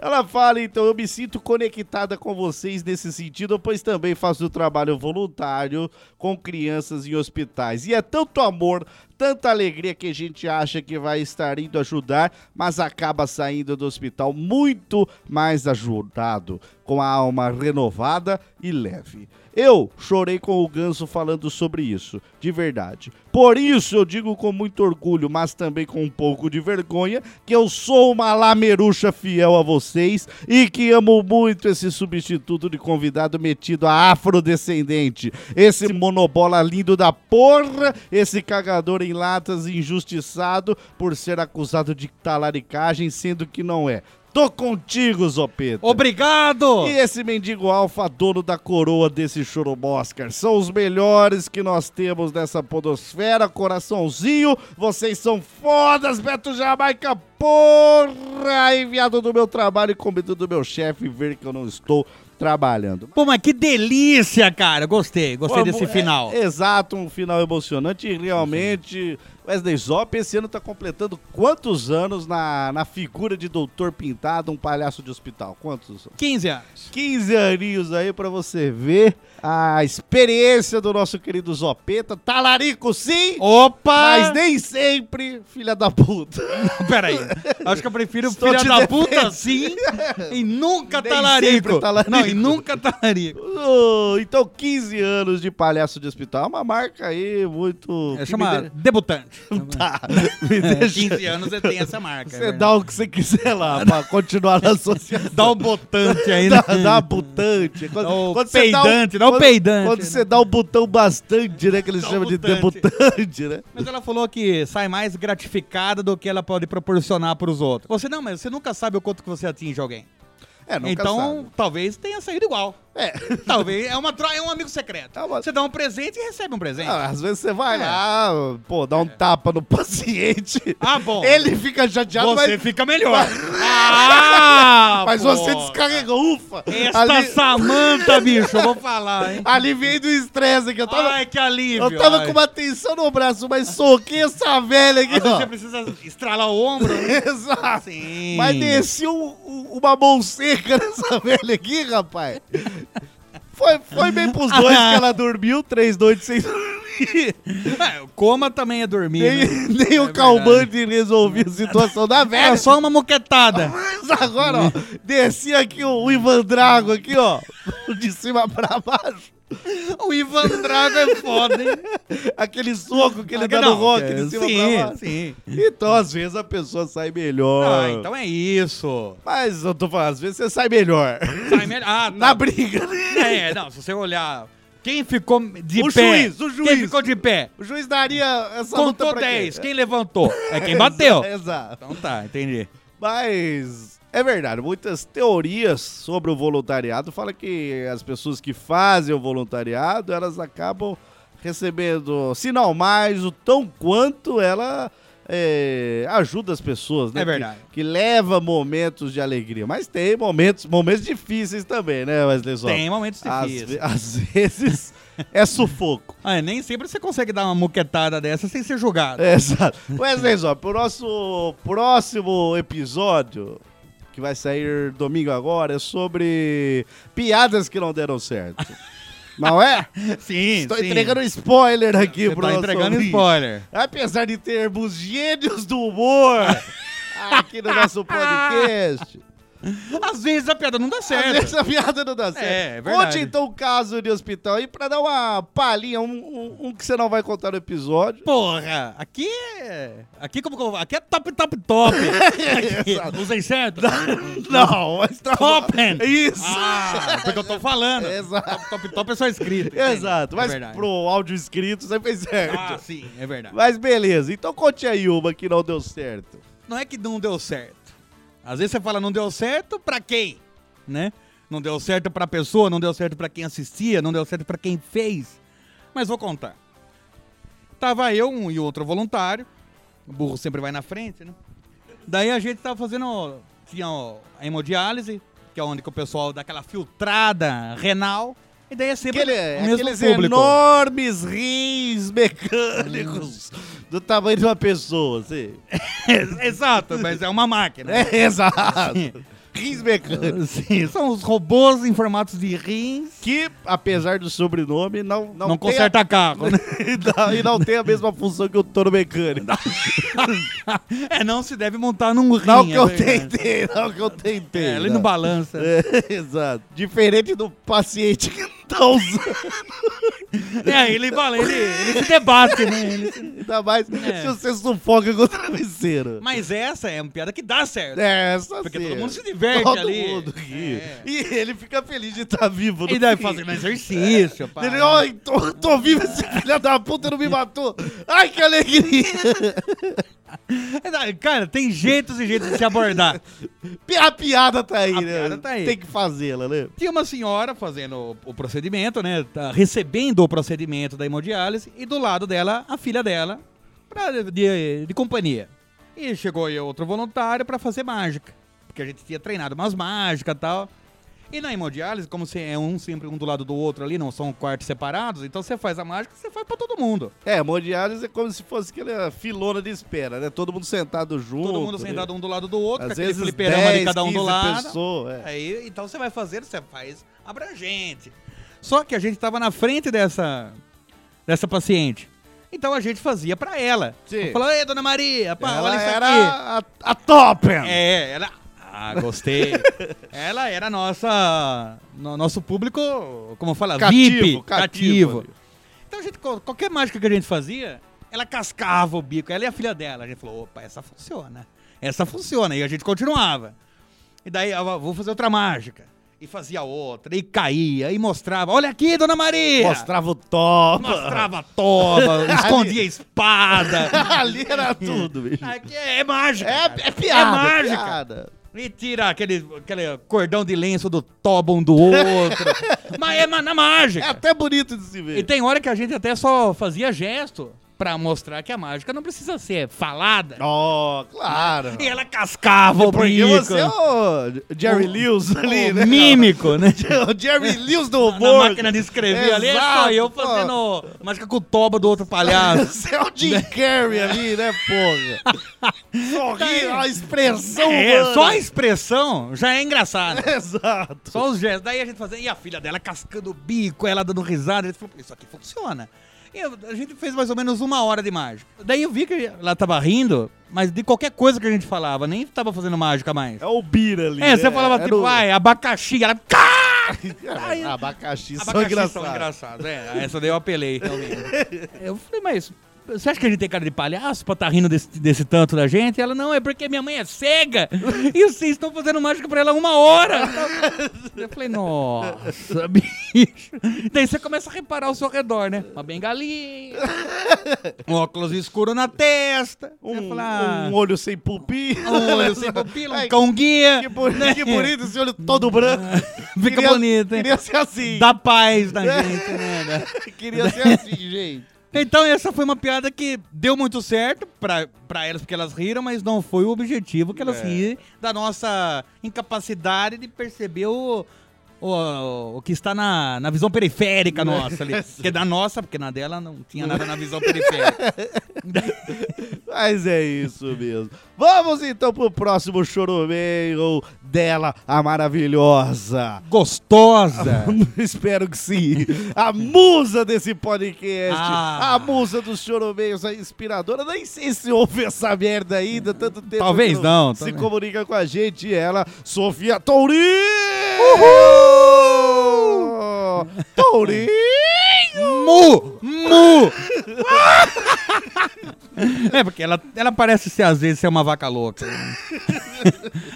[SPEAKER 2] Ela fala, então, eu me sinto conectada com vocês nesse sentido, pois também faço trabalho voluntário com crianças em hospitais. E é tanto amor, tanta alegria que a gente acha que vai estar indo ajudar, mas acaba saindo do hospital muito mais ajudado, com a alma renovada e leve. Eu chorei com o Ganso falando sobre isso, de verdade. Por isso eu digo com muito orgulho, mas também com um pouco de vergonha, que eu sou uma lamerucha fiel a vocês e que amo muito esse substituto de convidado metido a afrodescendente. Esse monobola lindo da porra, esse cagador em latas injustiçado por ser acusado de talaricagem, sendo que não é. Tô contigo, Zopeta.
[SPEAKER 3] Obrigado!
[SPEAKER 2] E esse mendigo alfa, dono da coroa desse Oscar, São os melhores que nós temos nessa podosfera, coraçãozinho. Vocês são fodas, Beto Jamaica, porra! Enviado do meu trabalho e com medo do meu chefe ver que eu não estou trabalhando.
[SPEAKER 3] Pô, mas que delícia, cara. Gostei, gostei desse
[SPEAKER 2] Vamos-
[SPEAKER 3] final.
[SPEAKER 2] é- é, exato, um final emocionante e realmente Wesley Zop esse ano tá completando quantos anos na, na figura de doutor pintado, um palhaço de hospital? Quantos
[SPEAKER 3] 15 anos.
[SPEAKER 2] 15 aninhos aí pra você ver a experiência do nosso querido Zopeta. Talarico sim,
[SPEAKER 3] Opa!
[SPEAKER 2] mas nem sempre, filha da puta.
[SPEAKER 3] Peraí. Acho que eu prefiro
[SPEAKER 2] Estou
[SPEAKER 3] filha
[SPEAKER 2] te
[SPEAKER 3] da
[SPEAKER 2] defendendo.
[SPEAKER 3] puta sim e nunca
[SPEAKER 2] Nem
[SPEAKER 3] talarico.
[SPEAKER 2] sempre talarico.
[SPEAKER 3] Não, e nunca talarico.
[SPEAKER 2] Oh, então 15 anos de palhaço de hospital, é uma marca aí muito...
[SPEAKER 3] É
[SPEAKER 2] que
[SPEAKER 3] chama
[SPEAKER 2] me de-
[SPEAKER 3] debutante.
[SPEAKER 2] Tá, me
[SPEAKER 3] É,
[SPEAKER 2] deixa...
[SPEAKER 3] 15 anos você tem essa marca. é
[SPEAKER 2] Você
[SPEAKER 3] verdade.
[SPEAKER 2] dá o que você quiser lá pra continuar na associação.
[SPEAKER 3] Dá o botante aí, né?
[SPEAKER 2] Dá, dá a butante. Quando,
[SPEAKER 3] Dá o
[SPEAKER 2] você
[SPEAKER 3] peidante, dá o
[SPEAKER 2] quando-
[SPEAKER 3] peidante,
[SPEAKER 2] Quando
[SPEAKER 3] né?
[SPEAKER 2] você dá o botão bastante, né? Que eles
[SPEAKER 3] Dá o
[SPEAKER 2] chamam de
[SPEAKER 3] butante.
[SPEAKER 2] debutante, né?
[SPEAKER 3] Mas ela falou que sai mais gratificada do que ela pode proporcionar pros outros. Você não, mas você nunca sabe o quanto que você atinge alguém.
[SPEAKER 2] É, nunca
[SPEAKER 3] então,
[SPEAKER 2] sabe.
[SPEAKER 3] talvez tenha saído igual.
[SPEAKER 2] É.
[SPEAKER 3] Talvez é uma tro- é um amigo secreto.
[SPEAKER 2] Tá bom.
[SPEAKER 3] Você dá um presente e recebe um presente.
[SPEAKER 2] Ah, às vezes você vai
[SPEAKER 3] É.
[SPEAKER 2] lá, pô, dá um tapa no paciente.
[SPEAKER 3] Ah, bom.
[SPEAKER 2] Ele fica chateado,
[SPEAKER 3] você
[SPEAKER 2] mas,
[SPEAKER 3] fica melhor. Ah,
[SPEAKER 2] mas
[SPEAKER 3] pô.
[SPEAKER 2] você descarregou. Ufa!
[SPEAKER 3] Esta
[SPEAKER 2] Ali-
[SPEAKER 3] Samanta, bicho, eu vou falar, hein?
[SPEAKER 2] Aliviei do estresse que eu tava.
[SPEAKER 3] Ai, que alívio.
[SPEAKER 2] eu tava
[SPEAKER 3] ai.
[SPEAKER 2] com uma tensão no braço, mas soquei essa velha aqui,
[SPEAKER 3] Às vezes Você
[SPEAKER 2] ó.
[SPEAKER 3] precisa estralar o ombro, né?
[SPEAKER 2] Exato.
[SPEAKER 3] tipo Sim.
[SPEAKER 2] Mas desci um- um- uma mão seca nessa velha aqui, rapaz. Foi, foi bem pros dois que ela dormiu, três noites sem dormir.
[SPEAKER 3] É, o coma também é dormir,
[SPEAKER 2] Nem,
[SPEAKER 3] né?
[SPEAKER 2] nem o calmante resolvia a situação da velha.
[SPEAKER 3] É só uma moquetada.
[SPEAKER 2] Mas agora, ó, desci aqui o, o Ivan Drago aqui, ó, de cima pra baixo.
[SPEAKER 3] O Ivan Drago é foda, hein?
[SPEAKER 2] Aquele soco que ele
[SPEAKER 3] Ah,
[SPEAKER 2] dá no
[SPEAKER 3] não,
[SPEAKER 2] rock
[SPEAKER 3] é,
[SPEAKER 2] de cima
[SPEAKER 3] sim,
[SPEAKER 2] pra baixo.
[SPEAKER 3] sim.
[SPEAKER 2] Então, às vezes, a pessoa sai melhor.
[SPEAKER 3] Ah, então é isso.
[SPEAKER 2] Mas eu tô falando, às vezes você sai melhor.
[SPEAKER 3] Sai melhor. Ah, tá.
[SPEAKER 2] Na briga, né?
[SPEAKER 3] É, não, se você olhar. Quem ficou de
[SPEAKER 2] O
[SPEAKER 3] pé?
[SPEAKER 2] juiz, o
[SPEAKER 3] Quem
[SPEAKER 2] juiz.
[SPEAKER 3] ficou de pé?
[SPEAKER 2] O juiz daria essa luta
[SPEAKER 3] Contou
[SPEAKER 2] pra
[SPEAKER 3] 10.
[SPEAKER 2] quem?
[SPEAKER 3] Quem levantou? É quem bateu.
[SPEAKER 2] Exato.
[SPEAKER 3] Então tá, entendi.
[SPEAKER 2] Mas é verdade, muitas teorias sobre o voluntariado falam que as pessoas que fazem o voluntariado, elas acabam recebendo, se não mais, o tão quanto ela é, ajuda as pessoas, né?
[SPEAKER 3] É verdade.
[SPEAKER 2] Que, que leva momentos de alegria. Mas tem momentos, momentos difíceis também, né, Wesley Zop?
[SPEAKER 3] Tem momentos
[SPEAKER 2] Às
[SPEAKER 3] difíceis.
[SPEAKER 2] ve- Às, vezes é sufoco.
[SPEAKER 3] Ah, nem sempre você consegue dar uma moquetada dessa sem ser julgado.
[SPEAKER 2] É, exato. Wesley Zop, o nosso próximo episódio, que vai sair domingo agora, é sobre piadas que não deram certo. Não é?
[SPEAKER 3] Sim,
[SPEAKER 2] Estou
[SPEAKER 3] sim.
[SPEAKER 2] entregando spoiler aqui
[SPEAKER 3] Você
[SPEAKER 2] pro
[SPEAKER 3] tá
[SPEAKER 2] nosso
[SPEAKER 3] entregando
[SPEAKER 2] ouvinte.
[SPEAKER 3] spoiler.
[SPEAKER 2] Apesar de termos gênios do humor aqui no nosso podcast,
[SPEAKER 3] Às vezes a piada não dá
[SPEAKER 2] às
[SPEAKER 3] certo.
[SPEAKER 2] vezes a piada não dá certo.
[SPEAKER 3] é verdade.
[SPEAKER 2] Conte então um caso de hospital aí pra dar uma palhinha, um, um- um que você não vai contar no episódio.
[SPEAKER 3] Porra, aqui é. Aqui como que eu vou- Aqui é top, top, top. Aqui, usei certo?
[SPEAKER 2] Não, mas tá
[SPEAKER 3] top! hand.
[SPEAKER 2] Isso!
[SPEAKER 3] Ah, porque eu tô falando.
[SPEAKER 2] Exato.
[SPEAKER 3] Top, top, top é só escrito. entende?
[SPEAKER 2] Exato,
[SPEAKER 3] é
[SPEAKER 2] mas
[SPEAKER 3] verdade.
[SPEAKER 2] pro áudio escrito você fez certo.
[SPEAKER 3] Ah, sim, é verdade.
[SPEAKER 2] mas beleza, então conte aí uma que não deu certo.
[SPEAKER 3] Não é que não deu certo. Às vezes você fala, não deu certo pra quem? Né? Não deu certo pra pessoa, não deu certo pra quem assistia, não deu certo pra quem fez. Mas vou contar. Tava eu um e outro voluntário. O burro sempre vai na frente, né? Daí a gente tava fazendo. ó, Tinha ó, a hemodiálise, que é onde que o pessoal dá aquela filtrada renal. E daí é sempre
[SPEAKER 2] Aquele,
[SPEAKER 3] o mesmo
[SPEAKER 2] aqueles
[SPEAKER 3] público.
[SPEAKER 2] enormes rins mecânicos do tamanho de uma pessoa, assim.
[SPEAKER 3] Exato, mas é uma máquina.
[SPEAKER 2] É, exato. Rins mecânicos.
[SPEAKER 3] Sim, são os robôs em formatos de rins.
[SPEAKER 2] Que, apesar do sobrenome, não, não,
[SPEAKER 3] Não,
[SPEAKER 2] tem
[SPEAKER 3] conserta carro, né?
[SPEAKER 2] a, e não tem a mesma função que o touro mecânico.
[SPEAKER 3] É, não se deve montar num rim.
[SPEAKER 2] Não que
[SPEAKER 3] é
[SPEAKER 2] eu
[SPEAKER 3] verdade.
[SPEAKER 2] tentei, não que eu tentei.
[SPEAKER 3] É, ele
[SPEAKER 2] não.
[SPEAKER 3] não balança.
[SPEAKER 2] É, exato. Diferente do paciente que tá usando.
[SPEAKER 3] É, ele, bala, ele, ele se debate, né? Ele se-
[SPEAKER 2] Ainda mais
[SPEAKER 3] É.
[SPEAKER 2] se você sufoca com o travesseiro.
[SPEAKER 3] Mas essa é uma piada que dá certo.
[SPEAKER 2] É, essa
[SPEAKER 3] Porque
[SPEAKER 2] sim.
[SPEAKER 3] todo mundo se diverte
[SPEAKER 2] Todo
[SPEAKER 3] ali.
[SPEAKER 2] mundo ri.
[SPEAKER 3] É.
[SPEAKER 2] E ele fica feliz de estar vivo. no
[SPEAKER 3] E daí né?
[SPEAKER 2] fim.
[SPEAKER 3] fazendo um exercício, pá.
[SPEAKER 2] Ele, ai, tô, tô vivo, esse filho da puta não me matou. Ai, que alegria.
[SPEAKER 3] É, daí, Cara, tem jeitos e jeitos de se abordar.
[SPEAKER 2] A piada tá aí,
[SPEAKER 3] A
[SPEAKER 2] né?
[SPEAKER 3] piada tá aí.
[SPEAKER 2] Tem que fazê-la, né?
[SPEAKER 3] Tinha uma senhora fazendo o, o procedimento, né? Tá recebendo o procedimento da hemodiálise e do lado dela, a filha dela, pra, de, de companhia. E chegou aí outro voluntário pra fazer mágica. Porque a gente tinha treinado umas mágicas e tal. E na hemodiálise, como você é um sempre um do lado do outro ali, não são quartos separados, então você faz a mágica, você faz pra todo mundo.
[SPEAKER 2] É, hemodiálise é como se fosse aquela filona de espera, né? Todo mundo sentado junto.
[SPEAKER 3] Todo mundo
[SPEAKER 2] né?
[SPEAKER 3] sentado um do lado do outro,
[SPEAKER 2] Às
[SPEAKER 3] com aquele
[SPEAKER 2] vezes
[SPEAKER 3] fliperama
[SPEAKER 2] 10,
[SPEAKER 3] de cada um do
[SPEAKER 2] 15
[SPEAKER 3] lado.
[SPEAKER 2] pessoas, é.
[SPEAKER 3] Aí, então você vai fazer, você faz abrangente. Só que a gente tava na frente dessa dessa paciente. Então a gente fazia pra ela.
[SPEAKER 2] Sim.
[SPEAKER 3] Falou, ei, dona Maria, pá,
[SPEAKER 2] Ela
[SPEAKER 3] olha isso aqui.
[SPEAKER 2] era a, a top.
[SPEAKER 3] É, ela. Ah, gostei. ela era nossa. no- nosso público, como fala,
[SPEAKER 2] Cativo,
[SPEAKER 3] VIP,
[SPEAKER 2] cativo.
[SPEAKER 3] cativo. Então a gente, co- qualquer mágica que a gente fazia, ela cascava o bico, ela e a filha dela. A gente falou, opa, essa funciona. Essa funciona. E a gente continuava. E daí, ah, vou fazer outra mágica. E fazia outra, e caía, e mostrava. Olha aqui, dona Maria!
[SPEAKER 2] Mostrava o top.
[SPEAKER 3] Mostrava a toba, escondia a espada.
[SPEAKER 2] Ali era tudo, bicho.
[SPEAKER 3] Aqui é, é mágica.
[SPEAKER 2] É,
[SPEAKER 3] cara.
[SPEAKER 2] é piada.
[SPEAKER 3] É mágica.
[SPEAKER 2] piada.
[SPEAKER 3] E tira aquele, aquele cordão de lenço do toba um do outro. Mas é ma- na
[SPEAKER 2] É
[SPEAKER 3] mágica.
[SPEAKER 2] até bonito de se ver.
[SPEAKER 3] E tem hora que a gente até só fazia gesto pra mostrar que a mágica não precisa ser falada.
[SPEAKER 2] Então, Ó, claro.
[SPEAKER 3] E ela cascava o
[SPEAKER 2] Porque
[SPEAKER 3] bico.
[SPEAKER 2] você é o Jerry
[SPEAKER 3] O-
[SPEAKER 2] Lewis ali,
[SPEAKER 3] o
[SPEAKER 2] né?
[SPEAKER 3] mímico, né?
[SPEAKER 2] O Jerry Lewis do
[SPEAKER 3] Na
[SPEAKER 2] humor.
[SPEAKER 3] máquina de escrever ali, é só
[SPEAKER 2] Exato,
[SPEAKER 3] eu
[SPEAKER 2] pô.
[SPEAKER 3] fazendo mágica com o toba do outro palhaço.
[SPEAKER 2] Você é o Jim Carrey ali, né, porra? Sorrindo, a expressão
[SPEAKER 3] Tá É,
[SPEAKER 2] humana.
[SPEAKER 3] só a expressão já é engraçada.
[SPEAKER 2] Exato.
[SPEAKER 3] Só os gestos. Daí a gente fazia. E a filha dela cascando o bico, ela dando risada. A gente falou, "Pô, isso aqui funciona. E eu- a gente fez mais ou menos uma hora de mágica. Daí eu vi que ela tava rindo, mas de qualquer coisa que a gente falava, nem tava fazendo mágica mais.
[SPEAKER 2] É o Bira ali.
[SPEAKER 3] É, você
[SPEAKER 2] né?
[SPEAKER 3] falava
[SPEAKER 2] Era
[SPEAKER 3] tipo,
[SPEAKER 2] o-
[SPEAKER 3] ai, abacaxi. Ela. "Cá!"
[SPEAKER 2] É, Abacaxi, são
[SPEAKER 3] Abacaxi
[SPEAKER 2] engraçados.
[SPEAKER 3] são engraçados. É, essa daí eu apelei, realmente. eu falei, mas você acha que a gente tem cara de palhaço pra estar tá rindo desse, desse tanto da gente? Ela, não, é porque minha mãe é cega e vocês estão fazendo mágica pra ela uma hora. Então, eu falei, nossa, bicho. Daí você começa a reparar ao seu redor, né? Uma bengalinha, um óculos escuro na testa.
[SPEAKER 2] Um,
[SPEAKER 3] eu falei, ah,
[SPEAKER 2] um olho sem pupila.
[SPEAKER 3] um olho sem pupila,
[SPEAKER 2] Ai,
[SPEAKER 3] um cão-guia.
[SPEAKER 2] Que bonito, que bonito esse olho todo branco.
[SPEAKER 3] Ah, Fica
[SPEAKER 2] Queria-
[SPEAKER 3] bonito, hein?
[SPEAKER 2] Queria ser assim.
[SPEAKER 3] Dá paz na gente, né? né?
[SPEAKER 2] Queria ser assim, gente.
[SPEAKER 3] Então essa foi uma piada que deu muito certo pra, pra elas, porque elas riram, mas não foi o objetivo que elas rirem da nossa incapacidade de perceber o, o, o que está na, na visão periférica nossa ali. Porque da nossa, porque na dela não tinha nada na visão periférica.
[SPEAKER 2] Mas é isso mesmo. Vamos então pro próximo choromeio dela, a maravilhosa.
[SPEAKER 3] Gostosa!
[SPEAKER 2] Espero que sim. A musa desse podcast.
[SPEAKER 3] Ah.
[SPEAKER 2] A musa dos choromeios, a inspiradora. Nem sei se ouve essa merda ainda. Tanto tempo
[SPEAKER 3] Talvez
[SPEAKER 2] que
[SPEAKER 3] não,
[SPEAKER 2] Se
[SPEAKER 3] talvez.
[SPEAKER 2] comunica com a gente, ela, Sofia Tourinho! Uhul! Tourinho!
[SPEAKER 3] Mu! Mu! é, porque ela, ela parece ser, às vezes, ser uma vaca louca.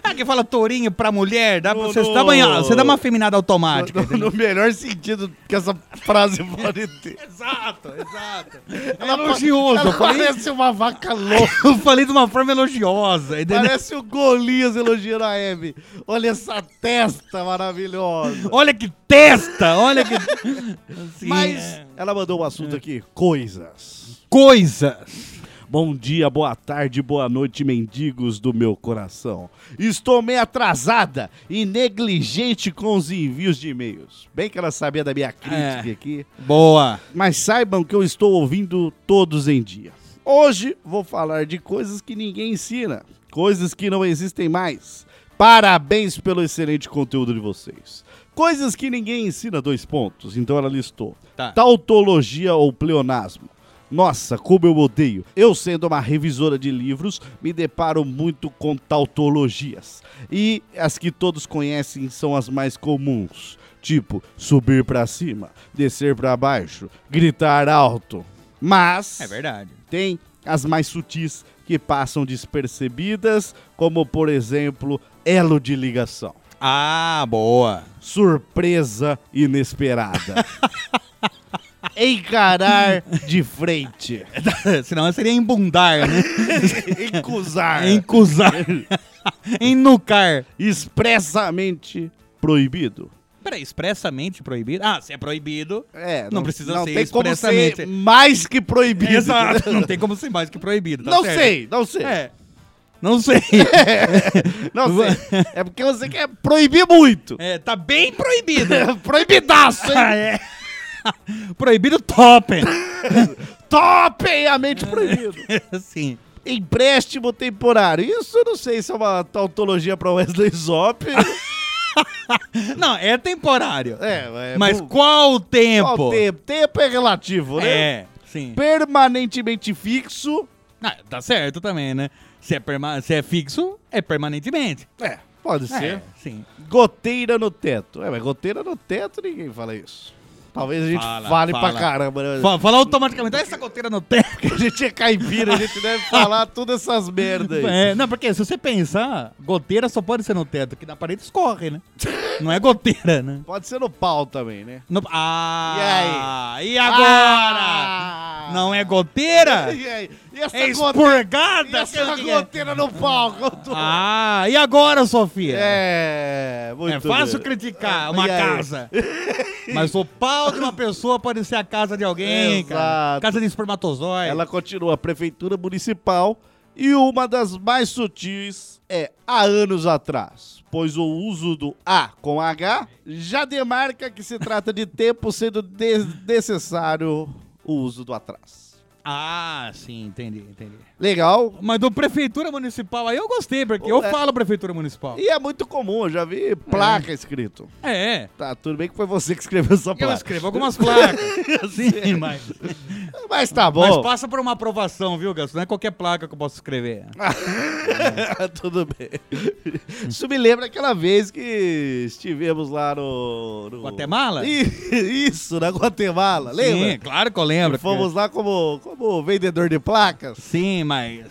[SPEAKER 3] ah, que fala tourinho pra mulher, dá, pra-
[SPEAKER 2] No-
[SPEAKER 3] você,
[SPEAKER 2] no-
[SPEAKER 3] dá uma, você dá uma feminada automática.
[SPEAKER 2] No, no melhor sentido que essa frase pode ter.
[SPEAKER 3] Exato, exato. Ela
[SPEAKER 2] Ela
[SPEAKER 3] É elogioso.
[SPEAKER 2] Ela
[SPEAKER 3] eu, falei,
[SPEAKER 2] parece uma vaca louca.
[SPEAKER 3] eu falei de uma forma elogiosa, entendeu?
[SPEAKER 2] Parece o Golias elogiando a Hebe. Olha essa testa maravilhosa.
[SPEAKER 3] Olha que testa, olha que... Assim,
[SPEAKER 2] Mas
[SPEAKER 3] é,
[SPEAKER 2] ela mandou um assunto aqui: coisas.
[SPEAKER 3] Coisas.
[SPEAKER 2] Bom dia, boa tarde, boa noite, mendigos do meu coração. Estou meio atrasada e negligente com os envios de e-mails. Bem que ela sabia da minha crítica
[SPEAKER 3] É.
[SPEAKER 2] aqui,
[SPEAKER 3] Boa.
[SPEAKER 2] mas saibam que eu estou ouvindo todos em dia. Hoje vou falar de coisas que ninguém ensina, coisas que não existem mais. Parabéns pelo excelente conteúdo de vocês. Coisas que ninguém ensina, dois pontos. Então ela listou.
[SPEAKER 3] Tá.
[SPEAKER 2] Tautologia ou pleonasmo. Nossa, como eu odeio. Eu, sendo uma revisora de livros, me deparo muito com tautologias. E as que todos conhecem são as mais comuns. Tipo, subir pra cima, descer pra baixo, gritar alto. Mas
[SPEAKER 3] É verdade.
[SPEAKER 2] tem as mais sutis que passam despercebidas, como por exemplo, elo de ligação.
[SPEAKER 3] Ah, boa.
[SPEAKER 2] Surpresa inesperada. Encarar de frente.
[SPEAKER 3] Senão seria embundar, né?
[SPEAKER 2] Encusar.
[SPEAKER 3] Encusar. Enucar.
[SPEAKER 2] Expressamente proibido.
[SPEAKER 3] Peraí, expressamente proibido? Ah, se é proibido.
[SPEAKER 2] É,
[SPEAKER 3] Não precisa
[SPEAKER 2] não
[SPEAKER 3] ser
[SPEAKER 2] tem como ser
[SPEAKER 3] expressamente.
[SPEAKER 2] mais que proibido.
[SPEAKER 3] Exato. Não tem como ser mais que proibido. tá
[SPEAKER 2] não
[SPEAKER 3] certo?
[SPEAKER 2] sei, não sei.
[SPEAKER 3] É. Não sei.
[SPEAKER 2] Não sei. É porque você quer proibir muito.
[SPEAKER 3] É, tá bem proibido.
[SPEAKER 2] Proibidaço, hein?
[SPEAKER 3] Ah, é. proibido top.
[SPEAKER 2] Topeiamente proibido.
[SPEAKER 3] Sim.
[SPEAKER 2] Empréstimo temporário. Isso eu não sei se é uma tautologia pra Wesley Zop.
[SPEAKER 3] Não, é temporário.
[SPEAKER 2] é, é
[SPEAKER 3] Mas
[SPEAKER 2] bom.
[SPEAKER 3] qual o tempo?
[SPEAKER 2] Qual tempo? Tempo é relativo, né?
[SPEAKER 3] É, sim.
[SPEAKER 2] Permanentemente fixo.
[SPEAKER 3] Ah, tá certo também, né? Se é, perma... se é fixo, é permanentemente.
[SPEAKER 2] É, pode
[SPEAKER 3] É,
[SPEAKER 2] ser.
[SPEAKER 3] sim.
[SPEAKER 2] Goteira no teto. É, mas goteira no teto ninguém fala isso. Talvez a gente
[SPEAKER 3] Fala,
[SPEAKER 2] fale pra
[SPEAKER 3] fala.
[SPEAKER 2] caramba, né?
[SPEAKER 3] Fa- Falar automaticamente, olha essa goteira no teto.
[SPEAKER 2] A gente é caipira, a gente deve falar todas essas merdas aí.
[SPEAKER 3] É, não, porque se você pensar, goteira só pode ser no teto, que na parede escorre, né? Não é goteira, né?
[SPEAKER 2] Pode ser no pau também, né?
[SPEAKER 3] No- Ah! E, agora?
[SPEAKER 2] Ah!
[SPEAKER 3] Não é goteira?
[SPEAKER 2] E aí? E essa goteira? E
[SPEAKER 3] É expurgada? sei lá
[SPEAKER 2] essa
[SPEAKER 3] o que é.
[SPEAKER 2] goteira no pau? que eu tô-
[SPEAKER 3] Ah, e agora, Sofia?
[SPEAKER 2] É, muito
[SPEAKER 3] É fácil
[SPEAKER 2] bem.
[SPEAKER 3] criticar
[SPEAKER 2] Ah,
[SPEAKER 3] uma
[SPEAKER 2] e aí?
[SPEAKER 3] casa. Mas o pau de uma pessoa pode ser a casa de alguém, cara.
[SPEAKER 2] Exato.
[SPEAKER 3] Casa de espermatozoide.
[SPEAKER 2] Ela continua, Prefeitura Municipal, e uma das mais sutis é há anos atrás, pois o uso do A com H já demarca que se trata de tempo sendo desnecessário o uso do atraso.
[SPEAKER 3] Ah, sim, entendi, entendi.
[SPEAKER 2] Legal.
[SPEAKER 3] Mas do Prefeitura Municipal aí eu gostei, porque eu
[SPEAKER 2] É.
[SPEAKER 3] falo Prefeitura Municipal.
[SPEAKER 2] E é muito comum, eu já vi placa escrito.
[SPEAKER 3] É, é.
[SPEAKER 2] Tá, tudo bem que foi você que escreveu essa
[SPEAKER 3] Eu
[SPEAKER 2] placa.
[SPEAKER 3] escrevo algumas placas. sim, mas,
[SPEAKER 2] Mas tá
[SPEAKER 3] mas
[SPEAKER 2] bom.
[SPEAKER 3] passa por uma aprovação, viu, Gasto? Não é qualquer placa que eu posso escrever.
[SPEAKER 2] Ah, Tudo bem. Isso me lembra aquela vez que estivemos lá no. no-
[SPEAKER 3] Guatemala?
[SPEAKER 2] I- Isso, na Guatemala, lembra?
[SPEAKER 3] Sim, claro que eu lembro.
[SPEAKER 2] Fomos lá como, como vendedor de placas.
[SPEAKER 3] Sim, mas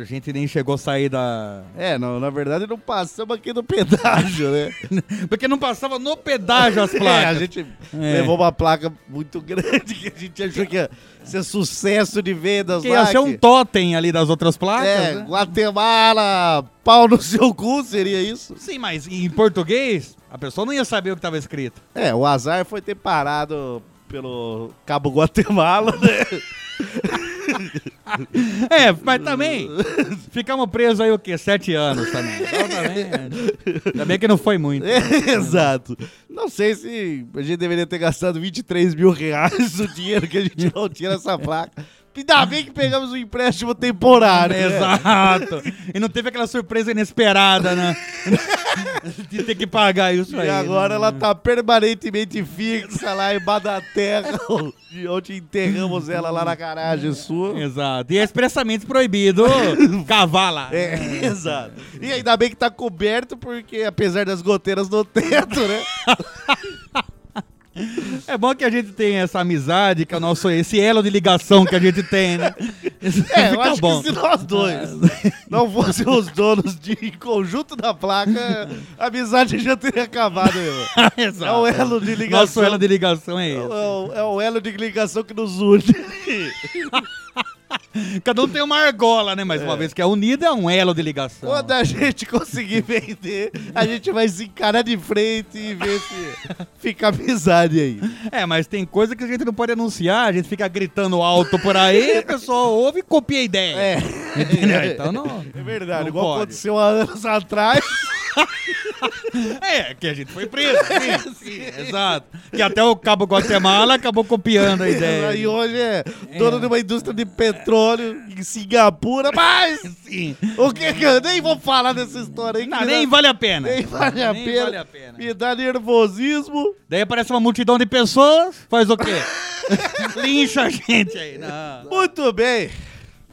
[SPEAKER 3] A gente nem chegou a sair da.
[SPEAKER 2] É, não, na verdade não passamos aqui do pedágio, né?
[SPEAKER 3] Porque não passava no pedágio as placas.
[SPEAKER 2] É, a gente levou uma placa muito grande que a gente achou que ia ser sucesso de vendas
[SPEAKER 3] Porque
[SPEAKER 2] lá.
[SPEAKER 3] ia ser um
[SPEAKER 2] que-
[SPEAKER 3] totem ali das outras placas.
[SPEAKER 2] É,
[SPEAKER 3] né?
[SPEAKER 2] Guatemala, pau no seu cu, seria isso?
[SPEAKER 3] Sim, mas em português, a pessoa não ia saber o que estava escrito.
[SPEAKER 2] É, o azar foi ter parado pelo Cabo Guatemala, né?
[SPEAKER 3] É, mas também ficamos presos aí o quê? Sete anos também. Então, também ainda bem que não foi muito.
[SPEAKER 2] Exato. Não sei se a gente deveria ter gastado 23 mil reais o dinheiro que a gente não tinha nessa placa. Ainda bem que pegamos um empréstimo temporário. né?
[SPEAKER 3] É, Exato. E não teve aquela surpresa inesperada, né? De ter que pagar isso aí.
[SPEAKER 2] E agora
[SPEAKER 3] né?
[SPEAKER 2] ela tá permanentemente fixa lá em Terra, onde enterramos ela lá na garagem sua.
[SPEAKER 3] Exato. E é expressamente proibido cavar lá.
[SPEAKER 2] É, exato. E ainda bem que tá coberto, porque apesar das goteiras no teto, né?
[SPEAKER 3] É bom que a gente tem essa amizade, que é o nosso, esse elo de ligação que a gente tem, né? Isso
[SPEAKER 2] É, eu
[SPEAKER 3] fica
[SPEAKER 2] acho
[SPEAKER 3] bom. É.
[SPEAKER 2] que se nós dois não fossem os donos de conjunto da placa, a amizade já teria acabado, meu. irmão. É
[SPEAKER 3] Exato.
[SPEAKER 2] o elo de
[SPEAKER 3] Nosso
[SPEAKER 2] ligação.
[SPEAKER 3] elo de ligação é
[SPEAKER 2] É
[SPEAKER 3] esse.
[SPEAKER 2] o, é o elo de ligação que nos une.
[SPEAKER 3] Cada um tem uma argola, né? Mas uma vez que é unido, é um elo de ligação.
[SPEAKER 2] Quando a gente conseguir vender, a gente vai se encarar de frente e ver se fica amizade aí.
[SPEAKER 3] É, mas tem coisa que a gente não pode anunciar, a gente fica gritando alto por aí, o pessoal ouve e copia a ideia.
[SPEAKER 2] É.
[SPEAKER 3] Entendeu? Então não.
[SPEAKER 2] É verdade,
[SPEAKER 3] Não
[SPEAKER 2] igual
[SPEAKER 3] pode.
[SPEAKER 2] aconteceu há anos atrás.
[SPEAKER 3] É, que a gente foi preso. Sim, sim, exato. Que até o Cabo Guatemala acabou copiando a ideia.
[SPEAKER 2] E hoje é dono de uma indústria de petróleo em Singapura, mas
[SPEAKER 3] Sim.
[SPEAKER 2] o que que eu nem vou falar dessa história aí?
[SPEAKER 3] Não,
[SPEAKER 2] que
[SPEAKER 3] nem
[SPEAKER 2] dá-
[SPEAKER 3] vale a pena.
[SPEAKER 2] nem vale a
[SPEAKER 3] Nem
[SPEAKER 2] pena.
[SPEAKER 3] vale a pena.
[SPEAKER 2] Me dá nervosismo.
[SPEAKER 3] Daí aparece uma multidão de pessoas, faz o quê? Lincha a gente aí. Não,
[SPEAKER 2] Muito bem.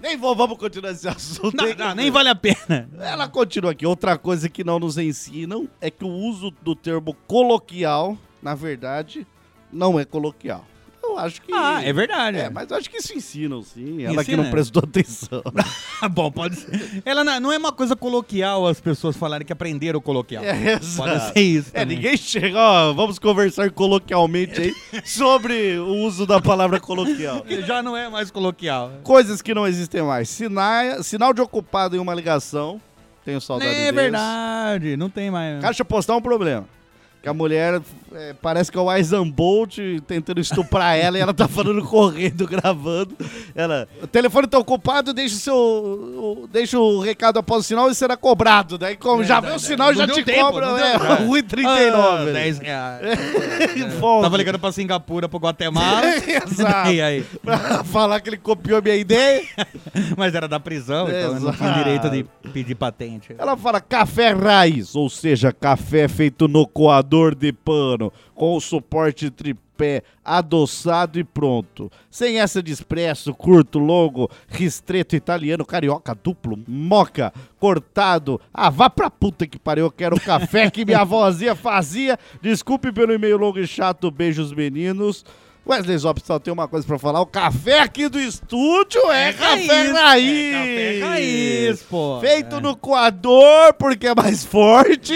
[SPEAKER 2] Nem vou, vamos continuar esse assunto.
[SPEAKER 3] não,
[SPEAKER 2] aí,
[SPEAKER 3] não,
[SPEAKER 2] que-
[SPEAKER 3] nem vale a pena.
[SPEAKER 2] Ela continua aqui. Outra coisa que não nos ensinam é que o uso do termo coloquial, na verdade, não é coloquial. Eu acho que.
[SPEAKER 3] Ah, é verdade.
[SPEAKER 2] É, mas eu acho que isso ensinam, sim. Ela que
[SPEAKER 3] Ensina?
[SPEAKER 2] não prestou atenção.
[SPEAKER 3] Ah, bom, pode ser. Ela na- não é uma coisa coloquial as pessoas falarem que aprenderam o coloquial.
[SPEAKER 2] É,
[SPEAKER 3] Pode ser isso.
[SPEAKER 2] É,
[SPEAKER 3] também.
[SPEAKER 2] ninguém chega, ó, vamos conversar coloquialmente aí sobre o uso da palavra coloquial.
[SPEAKER 3] Já não é mais coloquial.
[SPEAKER 2] Coisas que não existem mais. Sina- sinal de ocupado em uma ligação. Tenho saudade
[SPEAKER 3] É
[SPEAKER 2] deles.
[SPEAKER 3] verdade, não tem mais.
[SPEAKER 2] Caixa postal é um problema. Que a mulher é, parece que é o Isan Bolt tentando estuprar ela e ela tá falando correndo, gravando. Ela, o telefone tá ocupado, deixa o seu. o- deixa o recado após o sinal e será cobrado. É, Daí, como já vê o sinal,
[SPEAKER 3] Não
[SPEAKER 2] já
[SPEAKER 3] deu
[SPEAKER 2] te
[SPEAKER 3] tempo,
[SPEAKER 2] cobra,
[SPEAKER 3] não deu
[SPEAKER 2] é,
[SPEAKER 3] tempo. Ah,
[SPEAKER 2] 1,39.
[SPEAKER 3] 10 reais.
[SPEAKER 2] Volta.
[SPEAKER 3] Tava ligando pra Singapura, pro Guatemala.
[SPEAKER 2] Exato.
[SPEAKER 3] E aí?
[SPEAKER 2] pra falar que ele copiou minha ideia.
[SPEAKER 3] Mas era da prisão, então eu não tinha
[SPEAKER 2] Exato.
[SPEAKER 3] direito de pedir patente.
[SPEAKER 2] Ela fala café raiz, ou seja, café feito no coador de pano, com o suporte tripé, adoçado e pronto. Sem essa de expresso, curto, longo, ristreto italiano, carioca, duplo, moca, cortado. Ah, vá pra puta que pariu, eu quero o café que minha avózinha fazia. Desculpe pelo e-mail longo e chato, beijos meninos. Wesley Zop só tem uma coisa pra falar, o café aqui do estúdio é, café raiz.
[SPEAKER 3] É café raiz, pô. É.
[SPEAKER 2] Feito no coador, porque é mais forte.